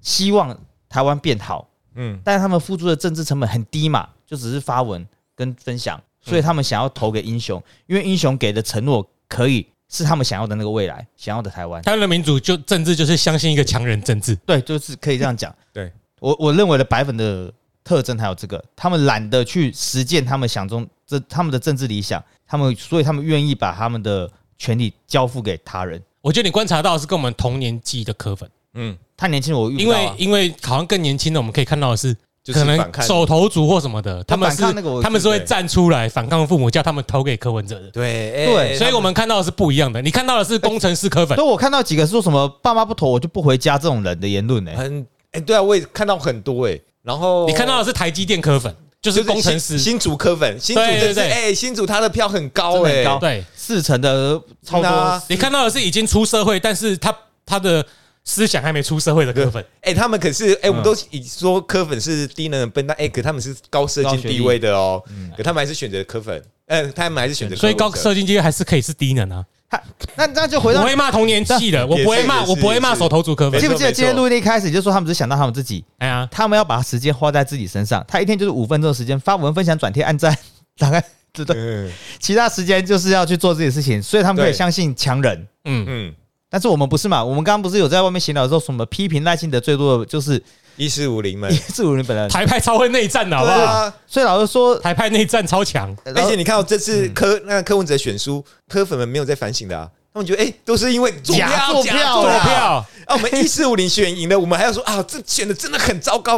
S1: 希望台湾变好，
S3: 嗯，
S1: 但是他们付出的政治成本很低嘛，就只是发文跟分享，所以他们想要投给英雄，因为英雄给的承诺可以是他们想要的那个未来，想要的台湾。
S2: 台湾的民主就政治就是相信一个强人政治，
S1: 对，就是可以这样讲。
S3: 对
S1: 我我认为的白粉的特征还有这个，他们懒得去实践他们想中这他们的政治理想，他们所以他们愿意把他们的权利交付给他人。
S2: 我觉得你观察到的是跟我们同年纪的科粉，
S3: 嗯，
S1: 太年轻我遇
S2: 因
S1: 不到啊、
S2: 为因为好像更年轻的我们可以看到的是，
S3: 就是
S2: 可
S3: 反
S2: 能
S3: 抗
S2: 手头族或什么的，他们是
S1: 反抗那个我
S2: 他们是会
S3: 对
S2: 站出来反抗父母，叫他们投给柯文哲的。
S3: 对哎
S1: 对
S2: 所以我们看到的是不一样的，你看到的是工程师科粉
S1: 所，以我看到几个说什么爸妈不投我就不回家这种人的言论呢、
S3: 很哎、对啊，我也看到很多哎、然后
S2: 你看到的是台积电科粉，就是工程
S3: 新
S2: 师，
S3: 新竹科粉，新竹
S2: 对
S3: 真
S2: 对
S3: 是
S2: 对
S3: 哎、新竹他的票很高
S1: 真的
S3: 哎、
S1: 很高
S2: 对，
S1: 四成的超多，
S3: 那
S2: 你看到的是已经出社会，但是他他的思想还没出社会的科粉，
S3: 哎、他们可是哎、我们都以说科粉是低能的笨蛋，哎、可他们是高社经地位的哦，可他们还是选择科粉，呃，他们还是选择柯
S2: 嗯所以
S3: 文哲，
S2: 高射精机还是可以是低能啊。
S1: 他那那就回
S2: 我
S1: 到
S2: 会骂同年纪的，我不会骂，
S3: 也是
S2: 我不会
S3: 也
S2: 骂
S3: 是
S2: 手头族科粉
S3: 没。
S1: 记
S3: 错
S1: 不记得
S3: 没错
S1: 今天录音的一开始就说他们只想到他们自己，
S2: 哎呀，
S1: 他们要把时间花在自己身上。他一天就是五分钟的时间，发文、分享、转贴、按赞， 大概知道。
S3: 嗯
S1: 其他时间就是要去做自己的事情，所以他们可以
S3: 对
S1: 相信强人。
S2: 嗯，
S3: 嗯，
S1: 但是我们不是嘛？我们刚刚不是有在外面闲聊的时候，什么批评赖清德最多的就是
S3: 一四五零们，
S1: 自如人本人。
S2: 台派超会内战 的好不
S3: 对
S2: 好？
S3: 啊
S1: 所以老师说，呃
S2: 台派内战超强，
S1: 然
S3: 而
S1: 后
S3: 且你看到哦这次
S2: 嗯
S3: 柯、那个柯文哲选书，柯粉们没有在反省的啊，他们觉得哎、都是因为做
S1: 假做
S3: 假
S1: 票
S3: 做
S1: 啦啊
S2: 坐
S3: 票
S2: 票
S3: 啊，我们一四五零选赢了，我们还要说啊，这选的真的很糟糕，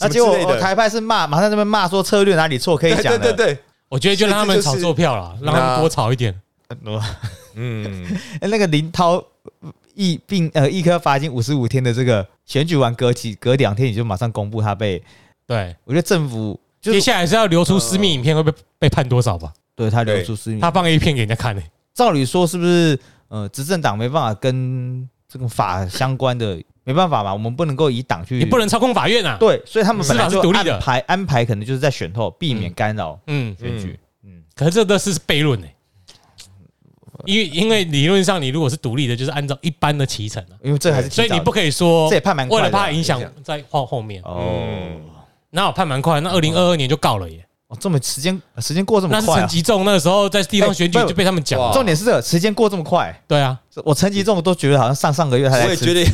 S1: 那
S3: 什么
S1: 结
S3: 之
S1: 果
S3: 类
S1: 我
S3: 的，
S1: 台派是骂，马上这边骂说策略哪里错，可以
S3: 对
S1: 讲
S3: 对
S1: 的。
S3: 对对，
S2: 我觉得就让他们炒作票了，
S3: 所以这就
S2: 让
S3: 是啊
S2: 他们多炒一点。
S1: 我
S3: 嗯，
S1: 那个林涛疫病呃一科罚金五十五天的这个选举完隔几隔两天你就马上公布他被，
S2: 对，
S1: 我觉得政府就
S2: 接
S1: 是
S2: 下来是要流出私密影片，会被被判多少吧？
S1: 对他流
S3: 对
S1: 出私密
S2: 他放 A 片给人家看呢。欸
S1: 照理说是不是呃执政党没办法跟这个法相关的没办法嘛？我们不能够以党去，
S2: 你不能操控法院啊。
S1: 对，所以他们
S2: 司
S1: 本来
S2: 法是
S1: 就
S2: 独立
S1: 安
S2: 的
S1: 排安排可能就是在选后避免干扰
S2: 嗯，
S1: 选举。嗯，
S2: 可是这都是悖论呢，欸因为因为理论上你如果是独立的，就是按照一般的骑程啊，
S1: 因为这还是提
S2: 所以
S1: 早
S2: 你
S1: 的
S2: 不可以说
S1: 这也判蛮快
S2: 为
S1: 的啊
S2: 了怕影响
S3: 影响
S2: 再放后面，
S1: 哦
S2: 那我判蛮快，那二零二二年就告了耶。
S1: 哦这么时间时间过这么
S2: 那是啊
S1: 快、
S2: 陈
S1: 啊，
S2: 吉仲那个时候在地方选举
S1: 哎不
S2: 就被他们讲了，
S3: 哇
S1: 重点是这个时间过这么快。
S2: 对啊，
S1: 我陈吉仲都觉得好像上上个月他才
S3: 我也
S1: 辞
S3: 觉得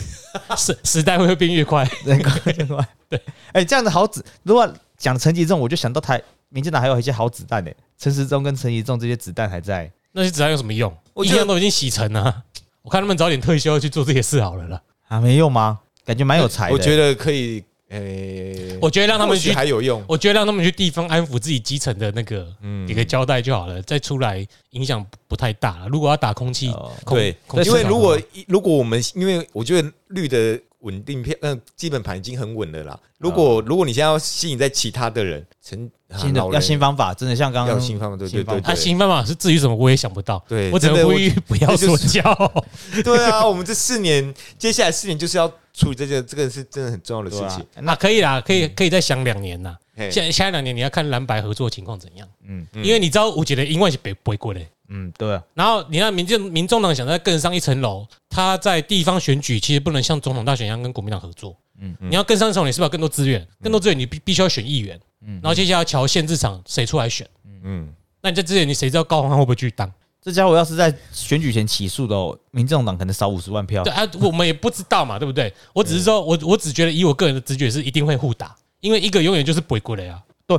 S2: 时时代会会变越快。
S1: 人工智 能。对，哎，这样子好子，如果讲陈吉仲，我就想到台民进党还有一些好子弹呢、陈时中跟陈吉仲这些子弹还在。
S2: 那些子弹有什么用？
S3: 我
S2: 一
S3: 觉得
S2: 样都已经洗成了，我看他们早点退休去做这些事好了啦。
S1: 啊，没用吗？感觉蛮有才的、
S3: 我觉
S1: 得
S3: 得可以，诶、
S2: 我觉得让他们
S3: 或许
S2: 去，
S3: 还有用，
S2: 我觉得让他们去地方安抚自己基层的那个
S3: 嗯
S2: 一个交代就好了，再出来影响不不太大了。如果要打空气
S1: 哦，
S2: 空
S3: 对
S2: 空，气
S3: 因为
S2: 打
S3: 如
S2: 空
S3: 果
S2: 气
S3: 如果我们，因为我觉得绿的稳定票，嗯、基本盘已经很稳了啦。如果、如果你现在要吸引在其他的人，成啊
S1: 哦新的
S3: 老人
S1: 要新方法，真的像刚刚
S3: 要新方法对对
S1: 新
S3: 对
S2: 啊，新办法是至于什么我也想不到，
S3: 对
S2: 我只能
S3: 真的
S2: 呼吁不要
S3: 这就
S2: 说
S3: 是
S2: 教。
S3: 对啊，我们这四年，接下来四年就是要处理这件，这个是真的很重要的事
S1: 对啊
S3: 情。，
S2: 那可以啦，可
S3: 嗯
S2: 以可以再想两年啦。
S3: 嘿
S2: 现在下两年你要看蓝白合作情况怎样，
S1: 嗯
S3: 嗯
S2: 因为你知道，我觉得英万是北不会过的。
S1: 嗯，对啊，
S2: 然后你看民进民众党想再更上一层楼，他在地方选举其实不能像总统大选一样跟国民党合作。
S1: 嗯
S2: 嗯，你要更上一层楼，你是不是要更多资源？更多资源你必必须要选议员。
S1: 嗯
S2: 嗯，然后接下来瞧县市长谁出来选。
S3: 嗯，
S2: 那你在之前，你谁知道高鸿安会不会去当？
S1: 这家伙要是在选举前起诉的、哦，民众党可能少五十万票
S2: 对。啊，我们也不知道嘛，对不对？我只是
S1: 嗯
S2: 说，我我只觉得以我个人的直觉是一定会互打，因为一个永远就是不会过来啊。
S1: 对，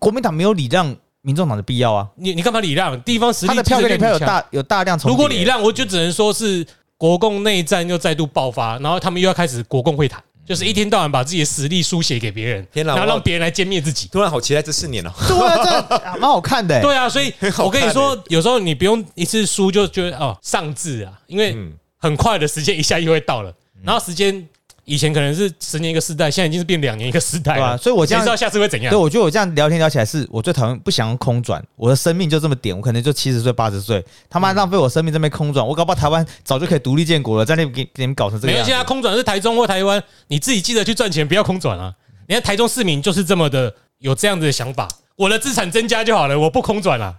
S1: 国民党没有礼让民众党的必要啊，
S2: 你你干嘛礼让？地方实力
S1: 他的票
S2: 竞
S1: 跟
S2: 争
S1: 你票有
S2: 力很强
S1: 大有大量重叠。
S2: 如果礼让，我就只能说是国共内战又再度爆发，然后他们又要开始国共会
S1: 嗯
S2: 谈，就是一天到晚把自己的实力书写给别人，
S3: 天哪
S2: 然后
S3: 我
S2: 让别人来歼灭自己。
S3: 突然好期待这四年哦。
S1: 对啊，这样啊蛮好看的、欸。
S2: 对啊，所以
S3: 好
S2: 我跟你
S3: 看
S2: 说，有时候你不用一次输就觉得哦上志啊，因
S1: 哎
S2: 为
S3: 嗯，
S2: 很快的时间一下又会到了，
S1: 嗯
S2: 然后时间以前可能是十年一个世代，现在已经是变两年一个世代
S1: 对啊
S2: 了，
S1: 所以我这
S2: 哎谁
S1: 样
S2: 知道下次会怎样
S1: 对，？我觉得我这样聊天聊起来是我最讨厌，不想用空转，我的生命就这么点，我可能就七十岁、八十岁，他
S2: 嗯
S1: 妈浪费我生命在那边空转，我搞不好台湾早就可以独立建国了，在那边给给你们搞成这个
S2: 没有，
S1: 样子
S2: 现在空转是台中或台湾，你自己记得去赚钱，不要空转啊！你看台中市民就是这么的有这样子的想法，我的资产增加就好了，我不空 转啦。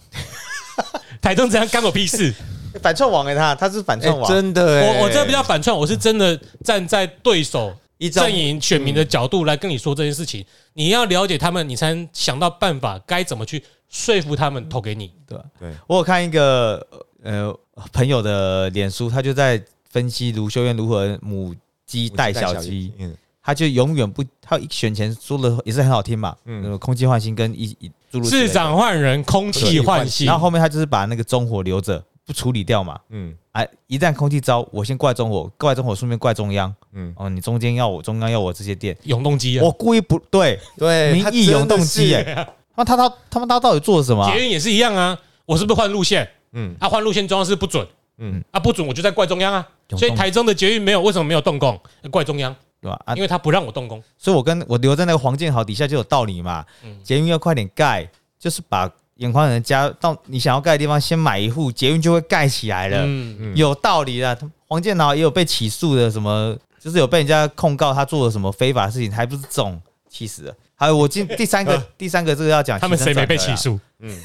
S2: 台中这样干我屁事？
S1: 反串王哎、哎他他是反串王，
S3: 真的、欸，
S2: 我我这不叫反串，我是真的站在对手
S3: 一张
S2: 阵营选民的角度来跟你说这件事情。你要了解他们，你才能想到办法该怎么去说服他们投给你。
S1: 对吧
S3: 对
S1: 我有看一个呃朋友的脸书，他就在分析卢修渊如何母鸡带小鸡，，
S3: 嗯，
S1: 他就永远不，他选前说的也是很好听嘛，
S3: 嗯
S1: 嗯，空气换新跟一一诸如此类
S2: 市
S1: 的，
S2: 长换人，空气换新
S1: 嗯然，后后面他就是把那个中火留着不处理掉嘛，
S3: 嗯
S1: 哎，一旦空气糟，我先怪中火，怪中火顺便怪中央，
S3: 嗯，
S1: 哦，你中间要我，中央要我这些店，
S2: 永动机啊
S1: 我，故意不对，
S3: 对，
S1: 民
S3: 他
S1: 意永
S3: 真的
S1: 动机
S3: 是
S1: 哎、，那他他他们他到底做了什么啊、
S2: 捷运也是一样啊。我是不是换路线？
S3: 嗯
S2: 啊，换路线中央是不准
S3: 嗯，
S2: 啊，不准我就在怪中央啊。
S1: 永动
S2: 所以台中的捷运没有，为什么没有动工？怪中央，
S1: 对吧？啊
S2: 因，为他不让我动工。
S1: 所以我跟我留在那个黄建豪底下就有道理嘛。
S2: 嗯
S1: 捷运要快点盖，就是把眼眶人家到你想要盖的地方先买一户，捷运就会盖起来了，
S2: 嗯，
S3: 嗯
S1: 有道理的。他黄建豪也有被起诉的，什么就是有被人家控告他做了什么非法事情，还不是这种，气死了。还有我今第三 个第三个这个要讲，
S2: 呃他们谁没被起
S1: 诉？
S2: 诉？
S3: 嗯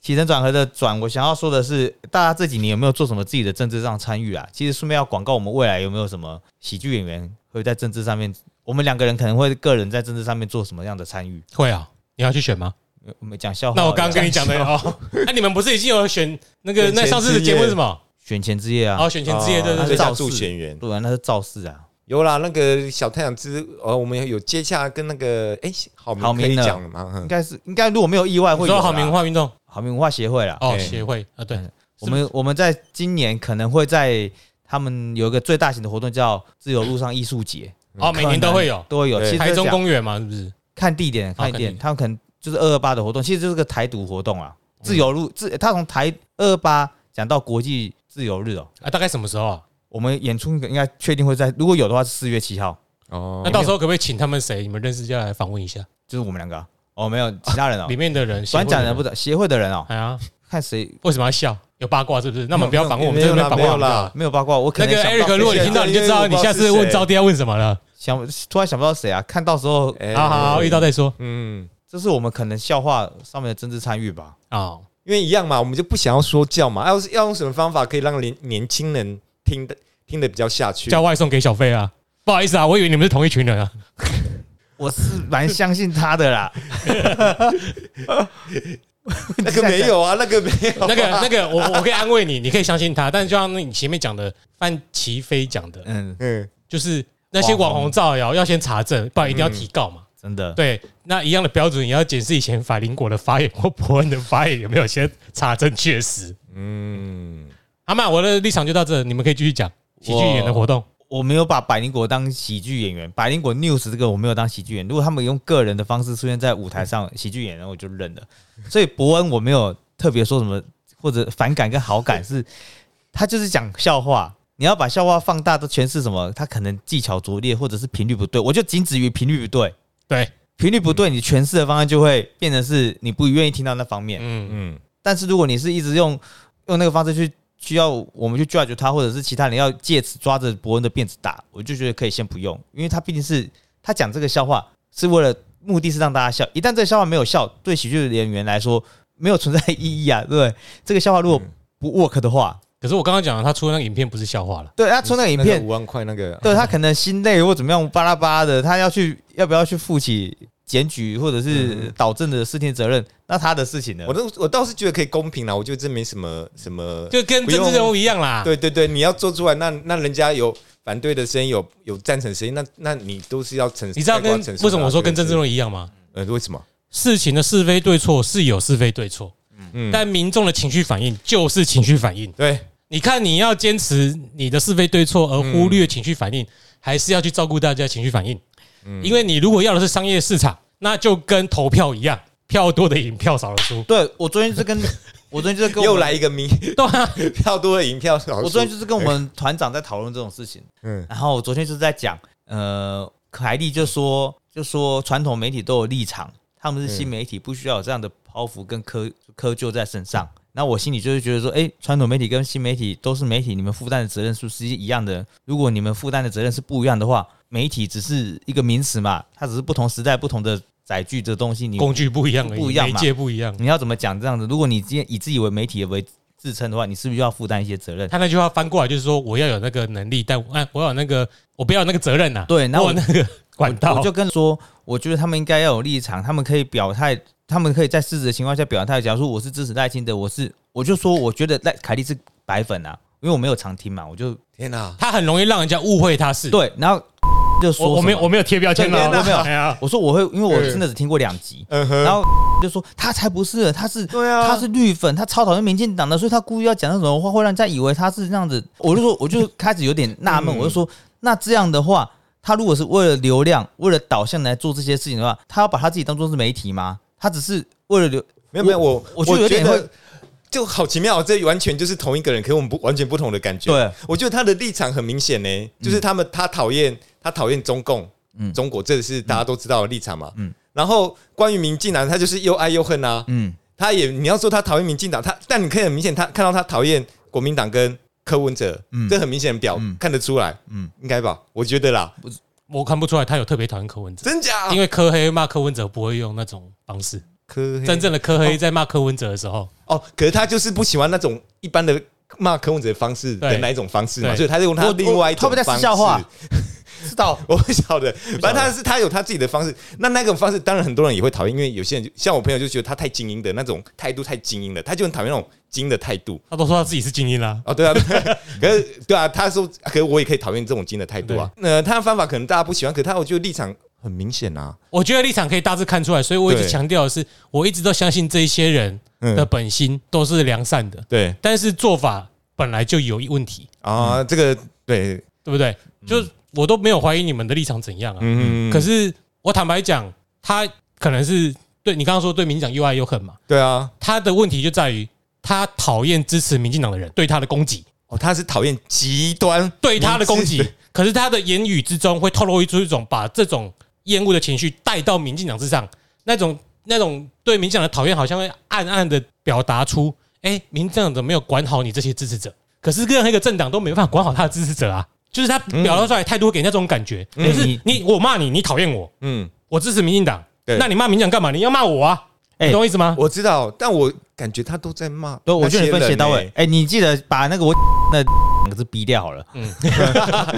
S1: 起承转合的转，我想要说的是，大家这几年有没有做什么自己的政治上参与啊？其实顺便要广告，我们未来有没有什么喜剧演员会在政治上面，我们两个人可能会个人在政治上面做什么样的参与？
S2: 会啊，你要去选吗？
S1: 呃我们讲笑话。
S2: 那我刚刚跟你讲的
S1: 笑话
S2: 哦，那你们不是已经有选那个
S3: 选前
S2: 那上次的节目是什么？
S1: 选前之夜啊
S2: 哦，，选前之夜，对对
S1: 哦
S2: 对
S3: 最
S1: 造
S3: 佳
S1: 势
S3: 助选员
S1: 对啊，那是造势啊。
S3: 有啦，那个小太阳之呃，我们有接洽跟那个哎，好
S1: 好
S3: 名
S1: 名
S3: 可以
S1: 呢
S3: 讲了吗？
S1: 应
S3: 嗯
S1: 该是应该，如果没有意外，
S2: 你
S1: 会有
S2: 说
S1: 啦
S2: 好名文化运动
S1: 好名文化协会啦。
S2: 哦
S3: 哎
S2: 协会啊，对，
S1: 我们我们在今年可能会在他们有一个最大型的活动叫自由路上艺术节，
S2: 哦每年都会有
S1: 都会有。
S3: 对
S1: 其实
S2: 台中
S1: 讲
S2: 公园嘛，是不是？
S1: 看地点，看地
S2: 哦看地
S1: 点，他们可能就是二二八的活动，其实就是个台独活动啊，
S2: 嗯
S1: 自由日，自他从台二八讲到国际自由日哦，
S2: 啊，大概什么时候啊？
S1: 我们演出应该确定会在，如果有的话是四月七号，
S3: 哦
S2: 那到时候可不可以请他们谁你们认识就来访问一下
S1: 就是我们两个啊哦，没有其他人哦
S2: 里，面的人？
S1: 转讲
S2: 协
S1: 人
S2: 会
S1: 不，协会的人哦，
S2: 哎呀，
S1: 看谁
S2: 为什么要笑？有八卦是不是？那我们不要访问，我们
S3: 没
S2: 这
S3: 有
S2: 边
S3: 啦
S2: 访
S3: 没
S2: 问
S3: 有
S2: 好不好。
S3: 啦，
S1: 没有八卦，我可
S2: 那
S1: 能
S2: 个
S1: 想不
S2: Eric，
S1: 到
S2: 如果
S1: 谁
S2: 你
S1: 啊
S2: 听到，你就知
S3: 因为
S2: 道
S3: 我不
S2: 你
S3: 知道
S2: 下次
S3: 是
S2: 问
S3: 谁
S2: 招弟要问什么了。
S1: 想突然想不到谁啊，看到时候
S3: 哎
S2: 好好好，遇到再说
S3: 嗯，
S1: 这是我们可能笑话上面的政治参与吧，
S2: 啊。
S3: 因为一样嘛，我们就不想要说教嘛，要是要用什么方法可以让年年轻人听的听得比较下去？
S2: 叫外送给小费啊。不好意思啊，我以为你们是同一群人啊。
S1: 我是蛮相信他的啦，
S3: 那个没有啊，那个没有啊，
S2: 那个那个，我我可以安慰你，你可以相信他。但就像你前面讲的，范奇飞讲的，
S1: 嗯，
S3: 嗯，
S2: 就是那些网红造谣要先查证，不然一定要提告嘛。
S1: 真的，
S2: 对，那一样的标准也要检视以前法林国的发言或伯恩的发言有没有先查证确实。
S3: 嗯，
S2: 阿曼，我的立场就到这，你们可以继续讲喜剧演员的活动。
S1: 我没有把百灵果当喜剧演员，百灵果 news 这个我没有当喜剧演员。如果他们用个人的方式出现在舞台上，喜剧演员我就认了。所以伯恩我没有特别说什么或者反感跟好感，是他就是讲笑话。你要把笑话放大，都诠释什么？他可能技巧拙劣，或者是频率不对。我就仅止于频率不对，
S2: 对，
S1: 频率不对，你诠释的方案就会变成是你不愿意听到那方面。
S2: 嗯，
S3: 嗯
S1: 但是如果你是一直用用那个方式去需要我们去 judge 他，或者是其他人要借此抓着伯恩的辫子打，我就觉得可以先不用，因为他毕竟是他讲这个笑话是为了目的是让大家笑，一旦这个笑话没有笑，对喜剧演员来说没有存在意义啊，对不对？这个笑话如果不 work 的话，
S2: 可是我刚刚讲了，他出的那个影片不是笑话了。
S1: 对他出那个影
S3: 那个嗯
S1: 片
S3: 五，万块那个，
S1: 对他可能心累或怎么样巴拉巴拉的，他要去要不要去负起检举或者是导正的事情责任，那他的事情呢
S3: 嗯我？都我倒是觉得可以公平啦，我觉得这没什么什么，
S2: 就跟政治人物一样啦，
S3: 对对对，你要做出来，那那人家有反对的声音，有有赞成的声音，那那你都是要承，
S2: 你知道跟
S3: 该承受的啊
S2: 为什么我说跟政治人
S3: 这个
S2: 物一样吗？
S3: 是呃为什么？
S2: 事情的是非对错是有是非对错，
S3: 嗯
S2: 但民众的情绪反应就是情绪反应。
S3: 对，
S2: 你看，你要坚持你的是非对错，而忽略情绪
S1: 嗯
S2: 反应，还是要去照顾大家的情绪反应？因为你如果要的是商业市场，那就跟投票一样，票多的赢，票少 的输。
S1: 对我昨天是跟我昨天就是跟我
S3: 又
S1: 们
S3: 来一个民
S2: 对啊，
S3: 票多的赢票少数，
S1: 我昨天就是跟
S2: 哎
S1: 我们团长在讨论这种事 情，
S3: 嗯
S1: 然后我昨天就是在讲，呃，凯莉就说就说传统媒体都有立场，他们
S2: 嗯
S1: 是新媒体，不需要有这样的包袱跟窠窠臼在身上。那我心里就是觉得说，哎、传统媒体跟新媒体都是媒体，你们负担的责任是不是一样的？如果你们负担的责任是不一样的话，媒体只是一个名词嘛，它只是不同时代不同的载具这东西，你
S2: 工具不一样而已，
S1: 不一样
S2: 媒
S1: 嘛
S2: 介不一样。
S1: 你要怎么讲这样子？如果你今天以自己为媒体为自称的话，你是不是就要负担一些责任？
S2: 他那句话翻过来就是说，我要有那个能力，但哎，我要有那个，我不要有那个责任呐、啊
S1: 对那
S2: 我
S1: 我
S2: 有那个管道，
S1: 我就跟说，我觉得他们应该要有立场，他们可以表态，他们可以在事实的情况下表态。假如说我是支持赖清德，我是我就说我觉得赖凯莉是白粉啊，因为我没有常听嘛，我就
S3: 天哪，
S2: 他很容易让人家误会他是。
S1: 对，然后就说
S2: 我我没有
S1: 什么
S2: 我没有贴标签
S3: 对
S2: 啊，
S3: 天哪
S2: 我没有，哎呀
S1: 我说我会，因为我真的只听过两集，
S3: 嗯哼，
S1: 然后 就说他才不是，他是
S3: 对啊
S1: 他是绿粉，他超讨厌民进党的，所以他故意要讲那种话，会让人家以为他是这样子。我就说，我就开始有点纳
S3: 嗯
S1: 闷，我就说，那这样的话，他如果是为了流量、为了导向来做这些事情的话，他要把他自己当做是媒体吗？他只是为了流，
S3: 没有没有，我
S1: 我就有点
S3: 觉
S1: 会
S3: 得就好奇妙，这完全就是同一个人，可是我们不完全不同的感觉。
S1: 对，
S3: 我觉得他的立场很明显呢，就是他们他讨厌他讨厌中共，
S1: 嗯
S3: 中国这是大家都知道的立场嘛。
S1: 嗯
S3: 然后关于民进党，他就是又爱又恨啊。
S1: 嗯，
S3: 他也你要说他讨厌民进党，他但你可以很明显他看到他讨厌国民党跟柯文哲，
S1: 嗯
S3: 这很明显表、
S1: 嗯
S3: 看得出来，
S1: 嗯
S3: 应该吧？我觉得啦，
S2: 我看不出来他有特别讨厌柯文哲，
S3: 真假？
S2: 因
S3: 为
S2: 为柯黑骂柯文哲不会用那种方式。
S3: 柯黑
S2: 真正的柯黑在骂柯文哲的时候，
S3: 哦，可是他就是不喜欢那种一般的骂柯文哲的方式的
S2: 对
S3: 哪一种方式嘛，
S2: 对
S3: 所以他就用他
S1: 我
S3: 另外一
S1: 我会不
S3: 种
S1: 会在
S3: 方
S1: 私
S3: 式。
S1: 笑话 知道，
S3: 我不晓得，反正他是他有他自己的方式。那那种方式，当然很多人也会讨厌，因为有些人就像我朋友就觉得他太精英的那种态度太精英了，他就很讨厌那种精英的态度。
S2: 他都说他自己是精英啦。
S3: 哦，对啊， 对啊可是对啊，他说，可是我也可以讨厌这种精英的态度啊。那、他的方法可能大家不喜欢，可他我觉得立场很明显啊。
S2: 我觉得立场可以大致看出来，所以我一直
S3: 对
S2: 强调的是，我一直都相信这一些人的
S3: 嗯，
S2: 本心都是良善的，
S3: 对
S2: 但是做法本来就有一问题，
S3: 啊，这个对，
S2: 对不对？就我都没有怀疑你们的立场怎样啊，
S3: 嗯，
S2: 可是我坦白讲，他可能是对你刚刚说对民进党又爱又恨嘛，
S3: 对啊，
S2: 他的问题就在于他讨厌支持民进党的人对他的攻击，
S3: 哦，他是讨厌极端
S2: 对他的攻
S3: 民
S2: 击
S3: 智，
S2: 可是他的言语之中会透露出一种把这种厌恶的情绪带到民进党之上，那种那种对民进党的讨厌，好像会暗暗的表达出，哎，民进党怎么没有管好你这些支持者？可是任何一个政党都没办法管好他的支持者啊，就是他表达出来态度会给人家这种感觉，
S1: 嗯
S2: 就是
S1: 你
S2: 你我骂你，你讨厌我，
S3: 嗯，
S2: 我支持民进党，
S3: 对
S2: 那你骂民进党干嘛？你要骂我啊？
S1: 哎
S2: 你懂我意思吗？
S3: 我知道，但我感觉他都在骂
S1: 对，我
S3: 那
S1: 觉
S3: 些
S1: 得你
S3: 人欸。
S1: 分写到位。哎，你记得把那个我 那两个字逼掉好了，
S2: 嗯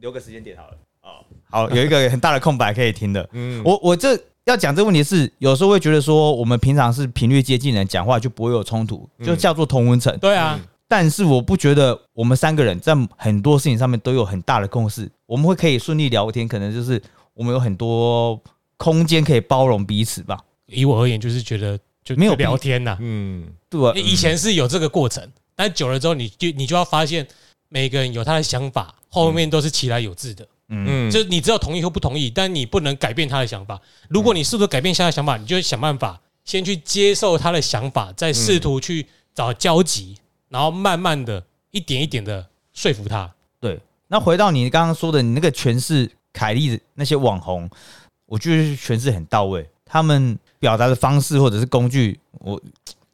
S1: 留个时间点好了。哦，好，有一个很大的空白可以听的。
S3: 嗯，我
S1: 我我这要讲这个问题是，有时候会觉得说，我们平常是频率接近的人讲话就不会有冲突，
S3: 嗯
S1: 就叫做同温层。
S2: 对啊，
S1: 但是我不觉得我们三个人在很多事情上面都有很大的共识，我们会可以顺利聊天，可能就是我们有很多空间可以包容彼此吧。
S2: 以我而言，就是觉得就
S1: 没有
S2: 就聊天呐、
S3: 嗯，
S1: 对吧？
S2: 以前是有这个过程，但久了之后，你就你就要发现每个人有他的想法，后面都是其来有致的。
S1: 嗯，
S3: 嗯，
S2: 就你知道同意或不同意，但你不能改变他的想法。如果你试图改变他的想法，你就想办法先去接受他的想法，再
S3: 嗯
S2: 试图去找交集，然后慢慢的一点一点的说服他。
S1: 对。那回到你刚刚说的，你那个诠释凯莉的那些网红，我觉得诠释很到位，他们表达的方式或者是工具，我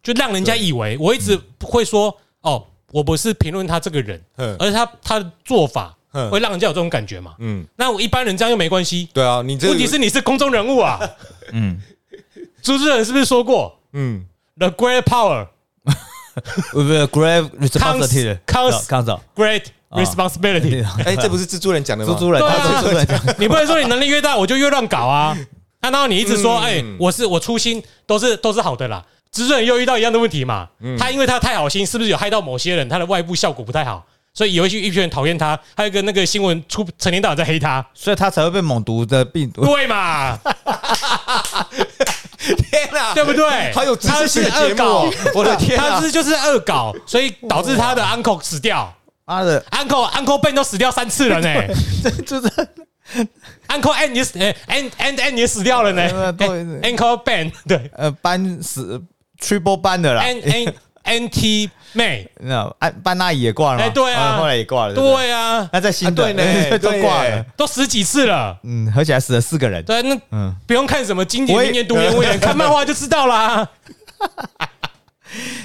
S2: 就让人家以为我一直会说哦，我不是评论他这个人，
S3: 嗯
S2: 而是他他的做法
S3: 嗯
S2: 会让人家有这种感觉嘛。
S3: 嗯，
S2: 那我一般人这样又没关系，
S3: 对啊，你这个
S2: 问题是你是公众人物啊。
S1: 嗯，
S2: 主持人是不是说过
S3: 嗯，
S2: the great power,
S1: 不不，grave responsibility，
S2: Cons-
S1: 康总，
S2: great
S1: 啊
S2: responsibility？、
S3: 哎，这不是蜘蛛人讲的吗？
S1: 蜘蛛人，
S2: 对啊
S1: 他是蜘蛛人讲
S2: 你不能说你能力越大，我就越乱搞啊。那、然后你一直说，
S3: 嗯
S2: 哎、我是我初心都是都是好的啦。主持人又遇到一样的问题嘛，
S3: 嗯
S2: 他因为他太好心，是不是有害到某些人？他的外部效果不太好，所以有一些一群人讨厌他。还有一个那个新闻出成天到晚在黑 他，
S1: 所以他才会被猛毒的病 毒。
S2: 对嘛？
S3: 天哪，
S2: 对不对？
S3: 好有知
S2: 他
S3: 识
S2: 是
S3: 性的节
S2: 恶
S3: 目
S2: 搞
S3: 哦，我的天
S2: 他
S3: 啊！
S2: 是就是恶搞，所以导致他的 uncle 死掉
S1: 妈的，
S2: ，uncle uncle Ben 都死掉三次了呢。
S1: 这就是，
S2: Uncle N 也死，哎，N N N 也死掉了呢。
S1: 呃 对
S2: 哎 Uncle Ben 对
S1: 呃，班死 triple 班的啦，
S2: ，N N N T 妹，
S1: 那班班纳也挂了嘛，
S2: 哎对啊
S1: 哦后来也挂了，不，
S2: 对啊，
S1: 那在新
S3: 啊
S1: 的
S3: 对 呢
S1: 都
S3: 对
S1: 挂
S3: 耶
S1: 了，
S2: 都十几次了。
S1: 嗯，合起来死了四个人，
S2: 对，那
S1: 嗯，
S2: 不用看什么经典
S1: 我也
S2: 名言、独言威言，看漫画就知道啦。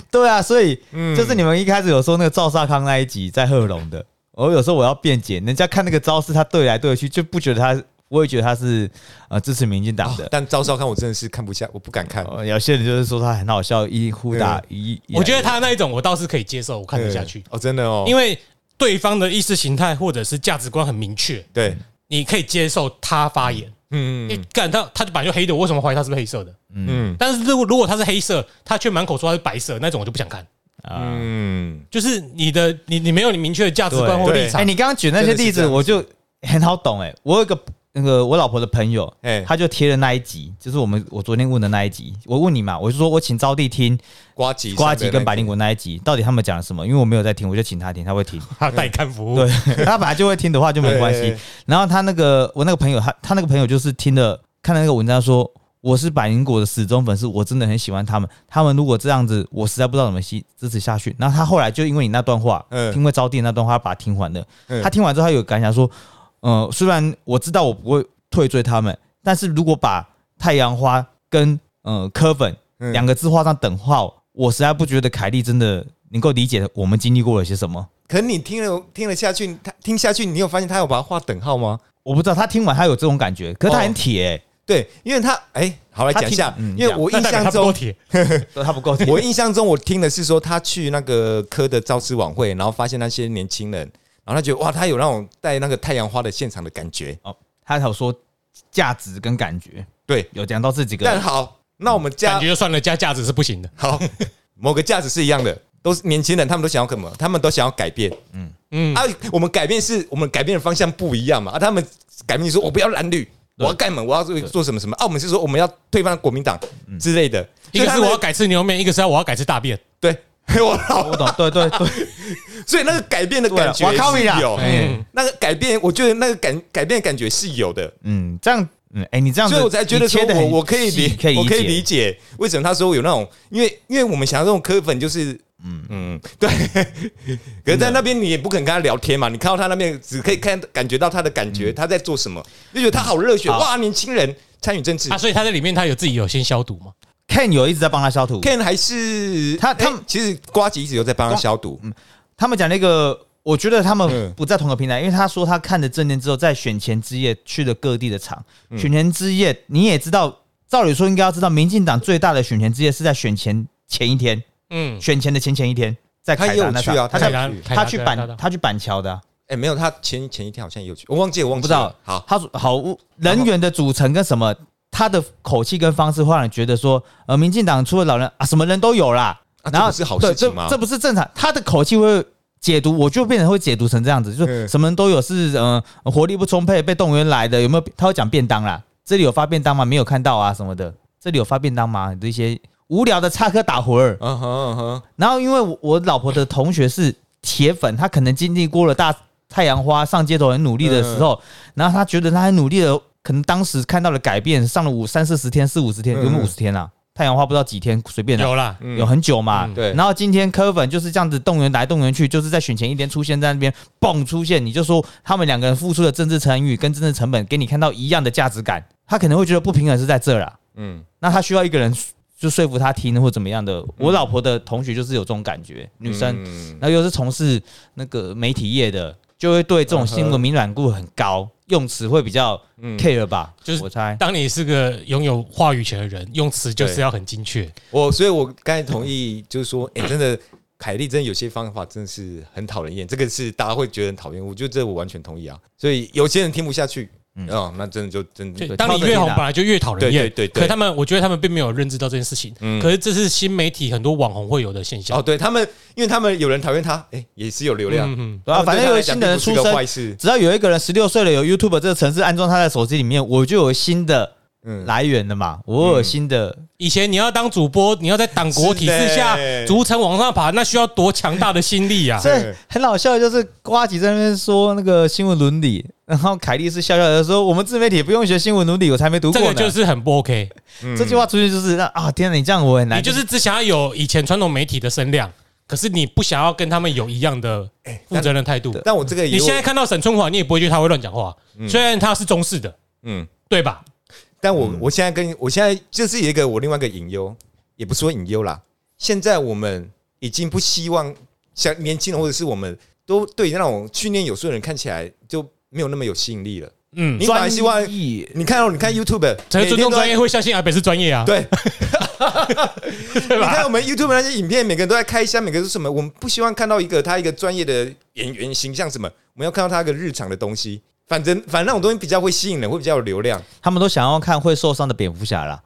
S1: 对啊，所以就是你们一开始有说那个赵少康那一集在贺龙的，我有时候我要辩解，人家看那个招式，他对来对去，就不觉得他，我也觉得他是呃支持民进党的。
S3: 啊但赵少康我真的是看不下，我不敢看。
S1: 呃有些人就是说他很好笑，一呼打一。一
S2: 我觉得他那一种我倒是可以接受，我看得
S3: 对
S2: 下去，
S3: 哦，真的哦，
S2: 因
S3: 为
S2: 为对方的意识形态或者是价值观很明确，
S3: 对，
S2: 你可以接受他发言。
S3: 嗯
S2: 因为干他，他就本来就黑的，我为什么怀疑他是不是黑色的？
S3: 嗯
S2: 但是如果如果他是黑色，他却满口说他是白色，那种我就不想看。
S1: 啊，
S3: 嗯，
S2: 就是你的你你没有你明确的价值观或
S3: 对
S2: 立
S1: 哎，
S2: 场，
S1: 你刚刚举那些例
S3: 真的是这
S1: 子，
S3: 样子
S1: 我就很好懂。哎，我有一个那个我老婆的朋友，
S3: 哎
S1: 他就贴了那一集，就是我们我昨天问的那一集。我问你嘛，我就说我请招娣听
S3: 瓜吉
S1: 瓜吉跟白灵
S3: 果，
S1: 果那一集，到底他们讲了什么？因为我没有在听，我就请他听，他会听。
S2: 还有代看服务，
S1: 对他本来就会听的话就没关
S3: 对
S1: 系。然后他那个我那个朋友，他他那个朋友就是听了看了那个文章说。我是百灵果的死忠粉丝，我真的很喜欢他们。他们如果这样子，我实在不知道怎么支支持下去。然后他后来就因为你那段话，
S3: 嗯
S1: 因为招娣那段话，他把它听完了。
S3: 嗯
S1: 他听完之后，他有感想说，呃，虽然我知道我不会退追他们，但是如果把太阳花跟呃柯粉
S3: 嗯
S1: 两个字画上等号，我实在不觉得凯莉真的能够理解我们经历过了些什么。
S3: 可你听了听了下去，他听下去，你有发现他有把它画等号吗？
S1: 我不知道他听完他有这种感觉，可是他很铁、
S3: 对，因为他哎，好来
S1: 他
S3: 讲一下
S1: 听，嗯
S3: 因为我
S2: 那
S3: 印
S2: 代表
S3: 象
S2: 他不够
S3: 中，
S2: 铁，
S1: 欸，他不够 铁。
S3: 我印象中我听的是说他去那个科的造势晚会，然后发现那些年轻人，然后他觉得哇，他有那种带那个太阳花的现场的感觉。
S1: 哦，他有说价值跟感觉，
S3: 对，
S1: 有讲到这几
S3: 但
S1: 个。
S3: 好，那我们
S2: 感
S3: 加
S2: 觉就算了，加价值是不行的。
S3: 好，某个价值是一样的，都是年轻人，他们都想要什么？他们都想要改变。
S2: 嗯，
S3: 啊，我们改变是我们改变的方向不一样嘛。啊，他们改变说我不要蓝绿，我要盖门，我要做做什么什么。啊，我们是说我们要推翻国民党之类的。
S2: 一个
S3: 所以他
S2: 是
S3: 们
S2: 我要改吃牛肉面，一个是要我要改吃大便。
S3: 对。 我老，
S1: 我懂，对对对，
S3: 所以那个改变的感觉
S1: 对我靠你啦
S3: 是有，
S1: 嗯
S3: 那个改变，我觉得那个改改变的感觉是有的，
S1: 嗯，这样，嗯，哎、你这样子，
S3: 所以我才觉得说
S1: 你切得
S3: 我
S1: 很
S3: 我可以理
S1: 细可以
S3: 我可以理
S1: 解，
S3: 解为什么他说有那种，因为因为我们想要这种科粉就是。嗯嗯，对。可是在那边你也不肯跟他聊天嘛，你看到他那边只可以看感觉到他的感觉，他在做什么，就觉得他好热血
S1: 嗯好
S3: 哇！年轻人参与政治
S2: 啊，所以他在里面他有自己有先消毒嘛？
S1: Ken 有一直在帮他消毒。
S3: ，Ken 哎还是
S1: 他他嗯
S3: 哎其实瓜吉一直有在帮他消毒，
S1: 他们讲那个，我觉得他们
S3: 嗯
S1: 不在同个平台，因为他说他看了证件之后，在选前之夜去了各地的场。
S3: 嗯
S1: 选前之夜，你也知道，照理说应该要知道，民进党最大的选前之夜是在选前前一天，
S2: 嗯，
S1: 选前的前前一天，在
S3: 他
S1: 凯
S3: 也有
S1: 达那
S3: 去
S1: 场，
S3: 啊，
S1: 他
S3: 也
S1: 在
S2: 凯达
S3: 有去
S2: 凯
S1: 他去
S2: 凯达
S1: 板他去板桥的啊、
S3: 哎，没有，他前前一天好像也有去，我忘记我忘
S1: 我不
S3: 记
S1: 知道
S3: 了。好，
S1: 他说好人员的组成跟什么，他的口气跟方式会让人觉得说，呃，民进党除了老人啊，什么人都有啦。
S3: 啊
S1: 然后
S3: 这不是好
S1: 对
S3: 事情
S1: 这
S3: 吗
S1: 这不是正常，他的口气会。解读我就变成会解读成这样子，就是
S3: 嗯
S1: 什么人都有是嗯、呃活力不充沛被动员来的，有没有？他会讲便当啦，这里有发便当吗？没有看到啊什么的，这里有发便当吗？这些无聊的插科打诨儿，
S3: 嗯哼嗯哼，
S1: 然后因为我我老婆的同学是铁粉，她可能经历过了大太阳花上街头很努力的时候，
S3: 嗯
S1: 然后她觉得她很努力的，可能当时看到了改变，上了五三四十天、四五十天，有没有
S3: 嗯
S1: 五十天啊？太阳花不知道几天，随便
S2: 有
S1: 啦。
S2: 啦，
S3: 嗯
S1: 有很久嘛，
S2: 嗯
S3: 对
S1: 然后今天柯粉就是这样子动员来动员去，就是在选前一天出现在那边蹦出现，你就说他们两个人付出的政治参与跟政治成本，给你看到一样的价值感，他可能会觉得不平衡是在这啦。
S3: 嗯，
S1: 那他需要一个人就说服他听或怎么样的。我老婆的同学就是有这种感觉，女生，
S3: 嗯
S1: 然后又是从事那个媒体业的，就会对这种新闻敏感度很高，用词会比较 care 吧，
S2: 就是
S1: 我猜。
S2: 当你是个拥有话语权的人，用词就是要很精确。
S3: 我所以，我刚才同意，就是说，哎、真的，凯莉真的有些方法真的是很讨人厌，这个是大家会觉得很讨厌。我觉得这我完全同意啊。所以有些人听不下去，嗯，哦、那真的就真的
S2: 就
S3: 对
S2: 当你越红，本来就越讨人厌。
S3: 对对对对
S2: 可他们，我觉得他们并没有认知到这件事情。
S3: 嗯
S2: 可是这是新媒体很多网红会有的现象
S3: 哦，。对他们，因为他们有人讨厌他，哎、也是有流量，
S2: 嗯，
S1: 对啊，反正有新的人出
S3: 出个坏
S1: 生，
S3: 事，
S1: 只要有一个人十六岁了有 YouTube 这个城市安装他在手机里面，我就有新的
S3: 嗯，
S1: 来源了嘛，我有新的。
S2: 以前你要当主播，你要在党国体制下
S3: 是的
S2: 逐层往上爬，那需要多强大的心力啊！
S1: 所以很好笑，的就是瓜吉在那边说那个新闻伦理，然后凯莉是笑笑的说：“我们自媒体不用学新闻伦理，我才没读
S2: 这
S1: 过
S2: 个
S1: 呢。”
S2: 就是很不 OK，
S3: 嗯
S1: 这句话出去就是让啊，天哪，你这样我很难。
S2: 你就是只想要有以前传统媒体的声量，可是你不想要跟他们有一样的负责任态度。
S3: 但我这个也
S2: 你
S3: 有
S2: 现在，看到沈春华，你也不会觉得他会乱讲话，虽然他是中式的，
S3: 嗯，
S2: 对吧？
S3: 但我、
S2: 嗯
S3: 我现在跟我现在就是有一个我另外一个隐忧，也不说隐忧啦，现在我们已经不希望像年轻人或者是我们都对那种训练有素的人看起来就没有那么有吸引力了。
S2: 嗯，
S3: 你反而希望
S4: 专业
S3: 你看到、哦你看 YouTube，
S2: 才会尊重专业，
S3: 每天
S2: 会相信阿北是专业啊。
S3: 都在对。 你看我们 YouTube 那些影片，每个人都在开箱，每个人是什么？我们不希望看到一个他一个专业的演员形象什么，我们要看到他一个日常的东西。反正反正那种东西比较会吸引人，会比较有流量。
S1: 他们都想要看会受伤的蝙蝠侠啦。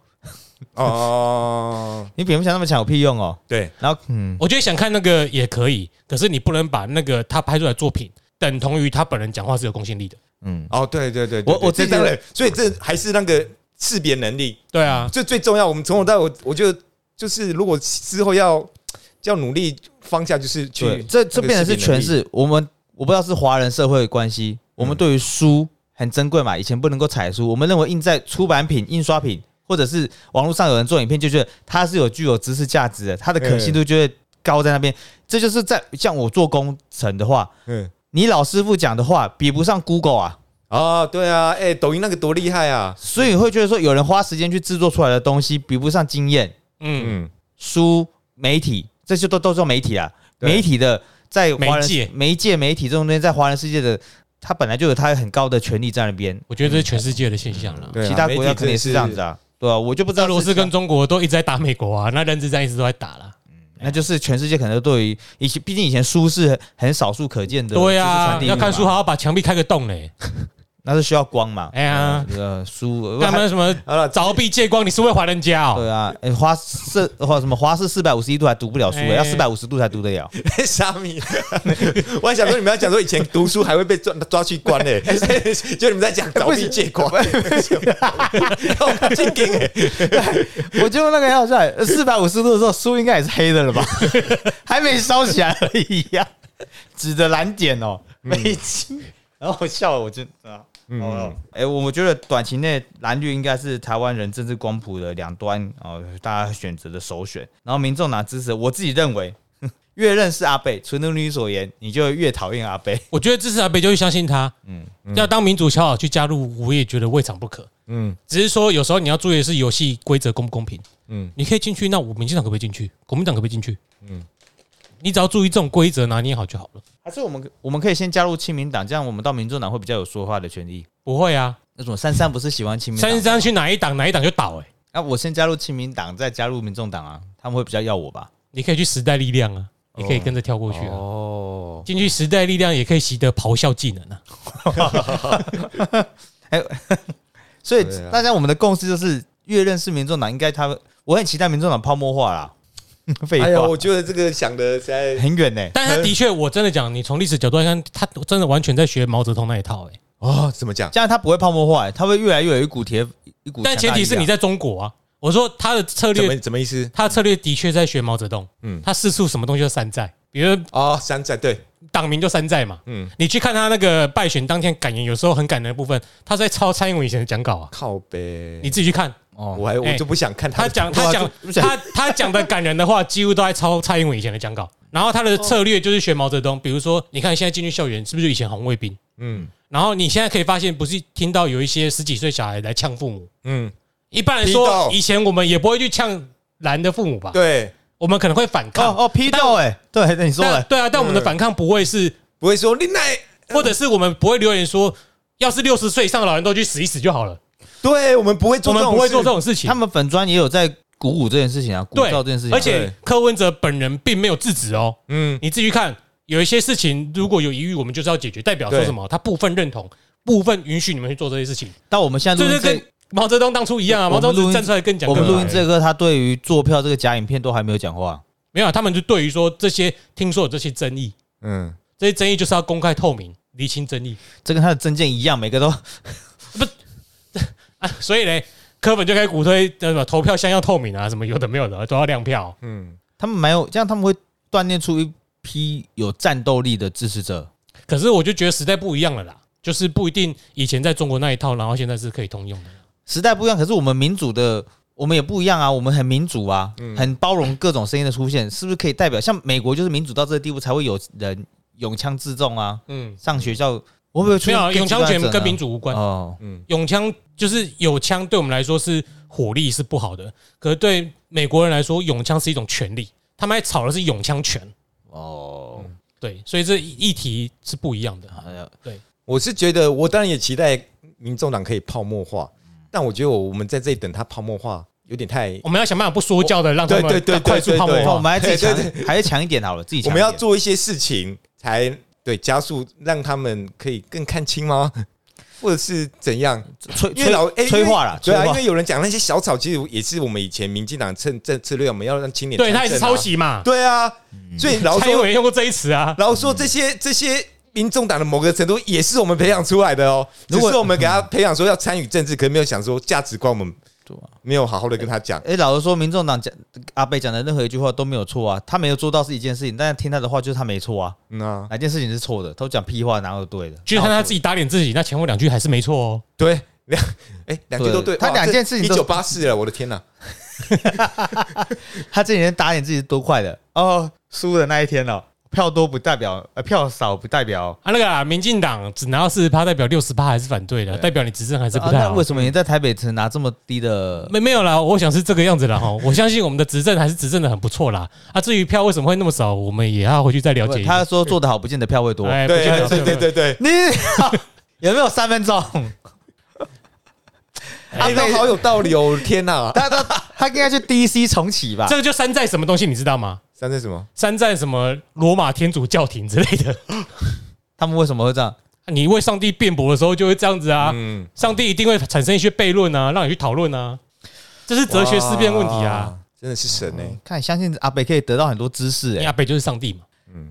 S3: 哦，
S1: 你蝙蝠侠那么强有屁用哦？
S3: 对，
S1: 然后嗯，
S2: 我觉得想看那个也可以，可是你不能把那个他拍出来的作品等同于他本人讲话是有公信力的。
S1: 嗯
S3: 哦，对对对，对
S1: 我
S3: 对
S1: 我
S3: 这
S1: 自己
S3: 当然，所以这还是那个识别能力，
S2: 对啊，
S3: 这最重要。我们从头到尾，我觉得就是如果之后要要努力方向，就是
S1: 对，
S3: 去
S1: 这这变成是
S3: 全
S1: 诠
S3: 是
S1: 释我们，我不知道是华人社会的关系，我们对于书很珍贵嘛，以前不能够采书，我们认为印在出版品、印刷品或者是网络上有人做影片，就觉得它是有具有知识价值的，它的可信度就会高在那边。这就是在像我做工程的话，
S3: 嗯
S1: 你老师傅讲的话比不上 Google 啊，
S3: 哦，对啊，哎，抖音那个多厉害啊，
S1: 所以会觉得说有人花时间去制作出来的东西比不上经验。
S2: 嗯，
S3: 嗯，
S1: 书、媒体，这些都都做媒体啊。
S3: 对
S1: 媒体的在华人
S2: 媒介
S1: 媒介媒体这种东西，在华人世界的，它本来就有它很高的权利在那边，
S2: 我觉得这是全世界的现象了。
S3: 对啊
S1: 其他国家
S3: 媒体
S1: 肯定也
S3: 真
S1: 是
S3: 的
S1: 这样子啊。对啊，我就不知道
S2: 俄罗斯
S1: 是
S2: 跟中国都一直在打美国啊，那认知战一直都在打啦。
S1: 那就是全世界可能都对于以前，毕竟以前书是很很少数可见的，
S2: 对
S1: 就是
S2: 啊
S1: 传，递
S2: 要看
S1: 嘛
S2: 书好好把墙壁开个洞嘞。
S1: 那是需要光嘛。
S2: 哎呀，
S1: 呃，书
S2: 他 们什么
S3: 好了，
S2: 凿壁借光，你是会还人家哦？
S1: 啊对啊，哎，花四花什么花式四百五十一度还读不了书，
S2: 哎
S1: 要四百五十度才读得了。
S3: 虾米， 我还想说你们要讲说以前读书还会被抓抓去关嘞、
S1: 哎
S3: 就你们在讲凿壁借光， 进京哎，
S1: 我觉得那个很好笑，四百五十度的时候，书应该也是黑的了吧？ 还没烧起来而已呀、指着蓝点哦，没劲。然后我笑了，我就啊，哦，哎、我我觉得短期内蓝绿应该是台湾人政治光谱的两端哦，大家选择的首选。然后民众党支持，我自己认为， 哼越认识阿贝，纯如你所言，你就越讨厌阿贝。
S2: 我觉得支持阿北就会相信他，
S1: 嗯
S2: 嗯，要当民主小好去加入，我也觉得未尝不可。
S3: 嗯
S2: 只是说有时候你要注意的是游戏规则公不公平。
S3: 嗯，
S2: 你可以进去，那我民进党可不可以进去？国民党可不可以进去？嗯，你只要注意这种规则拿捏好就好了。
S1: 还是我们我们可以先加入亲民党，这样我们到民众党会比较有说话的权利。
S2: 不会啊，
S1: 那种珊珊不是喜欢亲民党吗？
S2: 三十三去哪一党哪一党就倒哎、
S1: 那、我先加入亲民党，再加入民众党啊，他们会比较要我吧？
S2: 你可以去时代力量啊，你可以跟着跳过去啊。
S1: 哦，
S2: 进去时代力量也可以习得咆哮技能啊。
S1: 所以
S3: 对啊
S1: 大家我们的共识就是，越认识民众党，应该他们，我很期待民众党泡沫化啦。 废话，
S3: 哎呀，我觉得这个想的实在
S1: 很远呢、
S2: 但他的确，我真的讲，你从历史角度来看，他真的完全在学毛泽东那一套哎、
S3: 哦，怎么讲？
S1: 这样他不会泡沫化、欸，他会越来越有一股铁一股。
S2: 但前提是你，在中国啊。我说他的策
S3: 怎么
S2: 略，
S3: 怎么意思？
S2: 他的策略的确在学毛泽东。
S3: 嗯
S2: 嗯，他四处什么东西都山寨，比如
S3: 哦，山寨对，
S2: 党名就山寨嘛。
S3: 嗯，
S2: 你去看他那个败选当天感言，有时候很感人的部分，他在抄蔡英文以前的讲稿啊，
S3: 靠背，
S2: 你自己去看。
S1: 哦
S3: 我还我
S2: 哎
S3: 就不想看
S2: 他
S3: 他的
S2: 讲他讲他他讲的感人的话，几乎都在抄蔡英文以前的讲稿。然后他的策略就是学毛泽东，比如说，你看现在进去校园，是不是就以前红卫兵？
S3: 嗯
S2: 然后你现在可以发现，不是听到有一些十几岁小孩来呛父母。
S3: 嗯，
S2: 一般来
S3: 批斗
S2: 说，以前我们也不会去呛男的父母吧？
S3: 对，
S2: 我们可能会反
S1: 哦
S2: 抗。
S1: 哦批斗哎，对，那你说
S2: 但
S1: 了，
S2: 对啊，但我们的
S3: 嗯
S2: 反抗不会是，
S3: 不会说你奶，
S2: 或者是我们不会留言说，要是六十岁以上的老人都去死一死就好了。
S3: 对我们不会
S2: 我
S3: 做这
S2: 们
S3: 种事，
S2: 不会做这种事情
S1: 他。们粉砖也有在鼓舞这件事情啊，鼓
S2: 对，
S1: 噪这件事情啊、
S2: 而且
S3: 对
S2: 柯文哲本人并没有制止哦。
S3: 嗯，
S2: 你自己去看，有一些事情如果有疑虑，我们就是要解决，代表说
S3: 对
S2: 什么？他部分认同，部分允许你们去做这些事情，
S1: 到我们现在
S2: 这
S1: 录
S2: 就
S1: 音
S2: 跟毛泽东当初一样啊。
S1: 我们
S2: 毛泽东只
S1: 录
S2: 是
S1: 音
S2: 站出来跟你
S1: 这，
S2: 讲
S1: 我
S2: 干
S1: 们录
S2: 嘛
S1: 音？这个，他对于坐票这个假影片都还没有讲话。
S2: 没有啊，他们就对于说这些听说有这些争议，
S3: 嗯，
S2: 这些争议就是要公开透明，厘清争议
S1: 这跟他的证件一样，每个都
S2: 啊。所以呢，柯粉就开始鼓吹呃什么投票箱要透明啊，什么有的没有的都要亮票。
S3: 嗯
S1: 他们没有这样，他们会锻炼出一批有战斗力的支持者。
S2: 可是我就觉得时代不一样了啦，就是不一定以前在中国那一套，然后现在是可以通用的。
S1: 时代不一样，可是我们民主的，我们也不一样啊，我们很民主啊，
S2: 嗯
S1: 很包容各种声音的出现，是不是可以代表像美国就是民主到这个地步才会有人拥枪自重啊？
S2: 嗯，
S1: 上学校我会不会出
S2: 没有啊
S1: 现
S2: 永
S1: 更极
S2: 枪
S1: 端的
S2: 权
S1: 者呢
S2: 跟民主无关。
S1: 哦？
S2: 永枪就是有枪，对我们来说是火力是不好的，可是对美国人来说，永枪是一种权利。他们还吵的是永枪权，
S1: 哦，
S2: 对，所以这议题是不一样的。
S1: 呃
S3: 我是觉得，我当然也期待民众党可以泡沫化，但我觉得我们在这里等它泡沫化有点太，
S2: 我们要想办法不说教的，让他
S3: 对对对
S2: 们快速
S3: 对
S2: 泡
S3: 对
S1: 那
S2: 沫
S1: 我
S2: 化。
S1: 们还自己
S3: 对
S1: 强，还是强一点好了，自己
S3: 我
S1: 强一
S3: 们
S1: 点。
S3: 要做一些事情才对加速让他们可以更看清吗？ 或者是怎样？
S1: 催
S3: 因为
S1: 催
S3: 老哎
S1: 催化了，
S3: 对
S1: 催
S3: 啊，因
S1: 化
S3: 为有人讲那些小草，其实也是我们以前民进党趁政策略，我们要让青年
S2: 对
S3: 参
S2: 他也是
S3: 政啊
S2: 抄，袭嘛，
S3: 对啊，所以老
S2: 蔡英
S3: 说
S2: 文用过这一词啊。
S3: 老说这些这些民众党的某个程度也是我们培养出来的哦，只
S1: 如果
S3: 是我们给
S2: 嗯
S3: 他培养说要参与政治，可是没有想说价值观，我们
S1: 对啊
S3: 没有好好的跟他
S2: 啊
S3: 讲。
S1: 哎、老实说，民众党讲阿北讲的任何一句话都没有错啊，他没有做到是一件事情，但是听他的话就是他没错啊，
S3: 嗯啊，
S1: 哪件事情是错的？他讲屁话哪有对的？
S2: 就算他自己打脸自己，那前后两句还是没错哦。
S3: 对，两哎两句都对，
S1: 对他两件事情
S3: 一
S1: 都
S3: 九八四了，我的天哪！
S1: 他这几天打脸自己是多快的哦，输的那一天哦，票多不代表，呃，票少不代表。
S2: 啊，那个啊，民进党只拿到四十趴，代表六十趴还是反对的，代表你执政还是不
S1: 啊、
S2: 太
S1: 那
S2: 好嗯
S1: 为。什么你在台北城拿这么低的？
S2: 没没有啦，我想是这个样子啦哈。我相信我们的执政还是执政的很不错啦。啊，至于票为什么会那么少，我们也要回去再了解一下。
S1: 他说做得好，不见得票会多。
S2: 哎
S3: 对
S2: 不见得
S3: 对对对对，
S1: 你 有没有三分钟？
S3: 哎，那好有道理哦，我的天哪！
S1: 他他他应该去 DC 重启吧
S2: 这？个就山寨什么东西，你知道吗？
S3: 三在什么？
S2: 山寨什么罗马天主教廷之类的。
S1: 他们为什么会这样？
S2: 你为上帝辩驳的时候就会这样子啊，
S3: 嗯，
S2: 上帝一定会产生一些悖论啊，让你去讨论啊，这是哲学思辨问题啊。
S3: 哇，真的是神哎！
S1: 看，相信阿北可以得到很多知识、
S2: 你
S1: 欸。
S2: 阿北就是上帝嘛，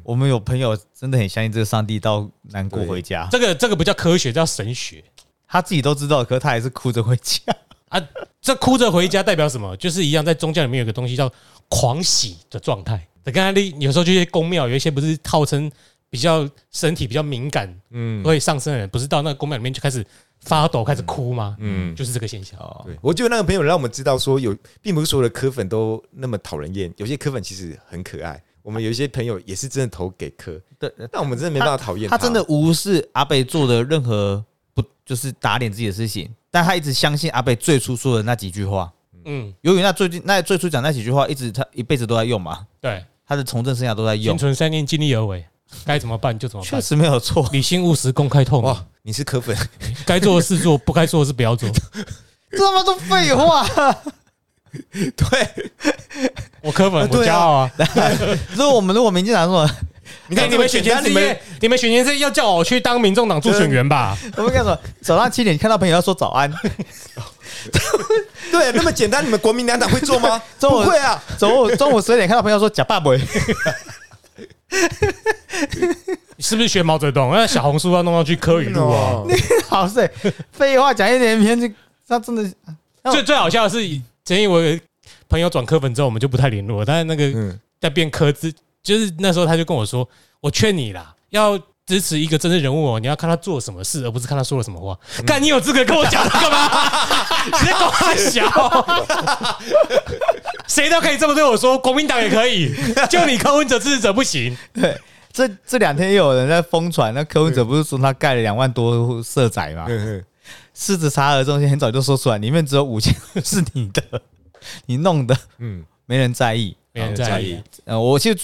S1: 我们有朋友真的很相信这个上帝，到难过回家，
S2: 这个这个不叫科学，叫神学
S1: 他自己都知道，可他还是哭着回家。
S2: 啊。这哭着回家代表什么？就是一样，在宗教里面有个东西叫狂喜的状态。刚刚你有时候就去宫庙，有一些不是号称比较身体比较敏感
S3: 嗯
S2: 会上升的人，不是到那个宫庙里面就开始发抖、开始哭吗？
S3: 嗯，
S2: 就是这个现象。
S1: 哦，
S3: 对，我觉得那个朋友让我们知道说有，并不是所有的科粉都那么讨人厌，有些科粉其实很可爱。我们有一些朋友也是真的投给科，
S1: 对，
S3: 但我们真的没办法讨厌
S1: 他真的无视阿北做的任何不就是打脸自己的事情，但他一直相信阿北最初说的那几句话。
S2: 嗯，
S1: 由于那最近那最初讲那几句话，一直他一辈子都在用嘛，
S2: 对，
S1: 他的从政生涯都在
S2: 心
S1: 用，
S2: 存善念，尽力而为，该怎么办就怎么
S1: 确
S2: 办，
S1: 实没有错。
S2: 理性务实，公开透明。
S3: 哇，你是科粉，
S2: 该做的事做，不该做的事不要做。
S1: 这他妈都废话！
S3: 对，
S2: 我科粉，
S3: 啊
S2: 我
S3: 对
S2: 骄
S3: 啊
S2: 傲啊！
S1: 如果我们如果民进党说，
S3: 你看
S2: 哎你
S3: 这么
S2: 们选前
S3: 简单，
S2: 是
S3: 你们
S2: 业，你们选前是要叫我去当民众党助选员吧？
S1: 我们干什么？早上七点看到朋友要说早安，
S3: 对啊那么简单，你们国民两党会做 吗？
S1: 中
S3: 不
S1: 文
S3: 会啊，
S1: 中午 中午十二点看到朋友说假爸爸。
S2: 你是不是学毛泽东？那 小红书要弄上去科语录啊！
S3: 哦
S1: 好是欸废话讲一点偏就他真的哦
S2: 最最好笑的是，曾经我有朋友转科粉之后，我们就不太联络。但是那个
S3: 嗯，
S2: 在变科之，就是那时候他就跟我说：“我劝你啦，要支持一个政治人物哦，你要看他做什么事，而不是看他说了什么话。”干，你有资格跟我讲这个吗？你在搞他小？谁都可以这么对我说，国民党也可以，就你柯文哲支持者不行。
S1: 对。这这两天又有人在疯传，那柯文哲不是说他盖了两万多户社宅吗？
S3: 嗯
S1: 狮子沙俄中心很早就说出来，里面只有五千是你的，你弄的，
S3: 嗯，
S1: 没人在意。
S2: 没人哦在意，
S1: 呃，我其实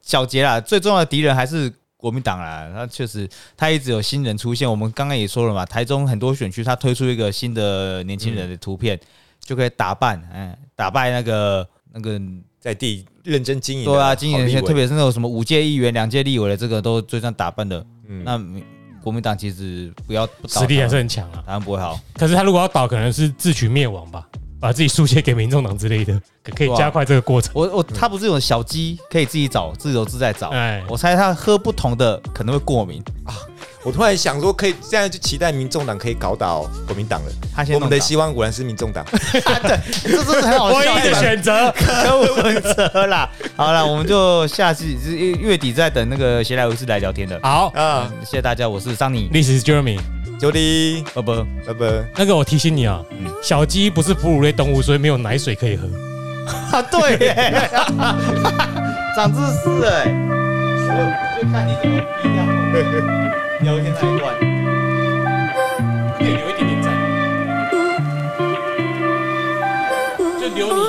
S1: 小杰啦，最重要的敌人还是国民党啦。那确实，他一直有新人出现。我们刚刚也说了嘛，台中很多选区，他推出一个新的年轻人的图片，就可以打扮，嗯，打败那个
S2: 嗯
S1: 那个
S3: 在地认真经营的好
S1: 对
S3: 立委，
S1: 啊，经营人些，特别是那种什么五届议员、两届立委的，这个都就这样打扮的。
S3: 嗯
S1: 那民国民党其实不要不倒
S2: 实力还
S1: 他
S2: 是
S1: 们
S2: 很强啊。
S1: 台湾不会好。
S2: 可是他如果要倒，可能是自取灭亡吧，把自己输血给民众党之类的，可可以加快这个过程。
S1: 我
S3: 嗯
S1: 我他不是有小鸡可以自己找，自由自在找。
S2: 哎
S1: 我猜他喝不同的可能会过敏。
S3: 我突然想说，可以现在就期待民众党可以搞倒国民党了。
S1: 他先
S3: 我
S1: 弄
S3: 们的
S1: 倒
S3: 希望果然是民众党，
S1: 啊，对，这真的很好笑。
S2: 唯一的选择，
S1: 柯文哲啦。好了，我们就下期是月底再等那个谁来维斯来聊天的。
S2: 好，
S3: 啊，
S1: 谢谢大家，我是桑尼，
S2: 历史是 Jeremy。
S3: 九弟，
S1: 拜拜。
S3: 拜拜。
S2: 那个我提醒你啊，小鸡不是哺乳类动物，所以没有奶水可以喝。
S1: 啊，对耶， 长知识哎，我就看你怎么低调，聊天那一段。
S2: 可以留一点点在，就留你。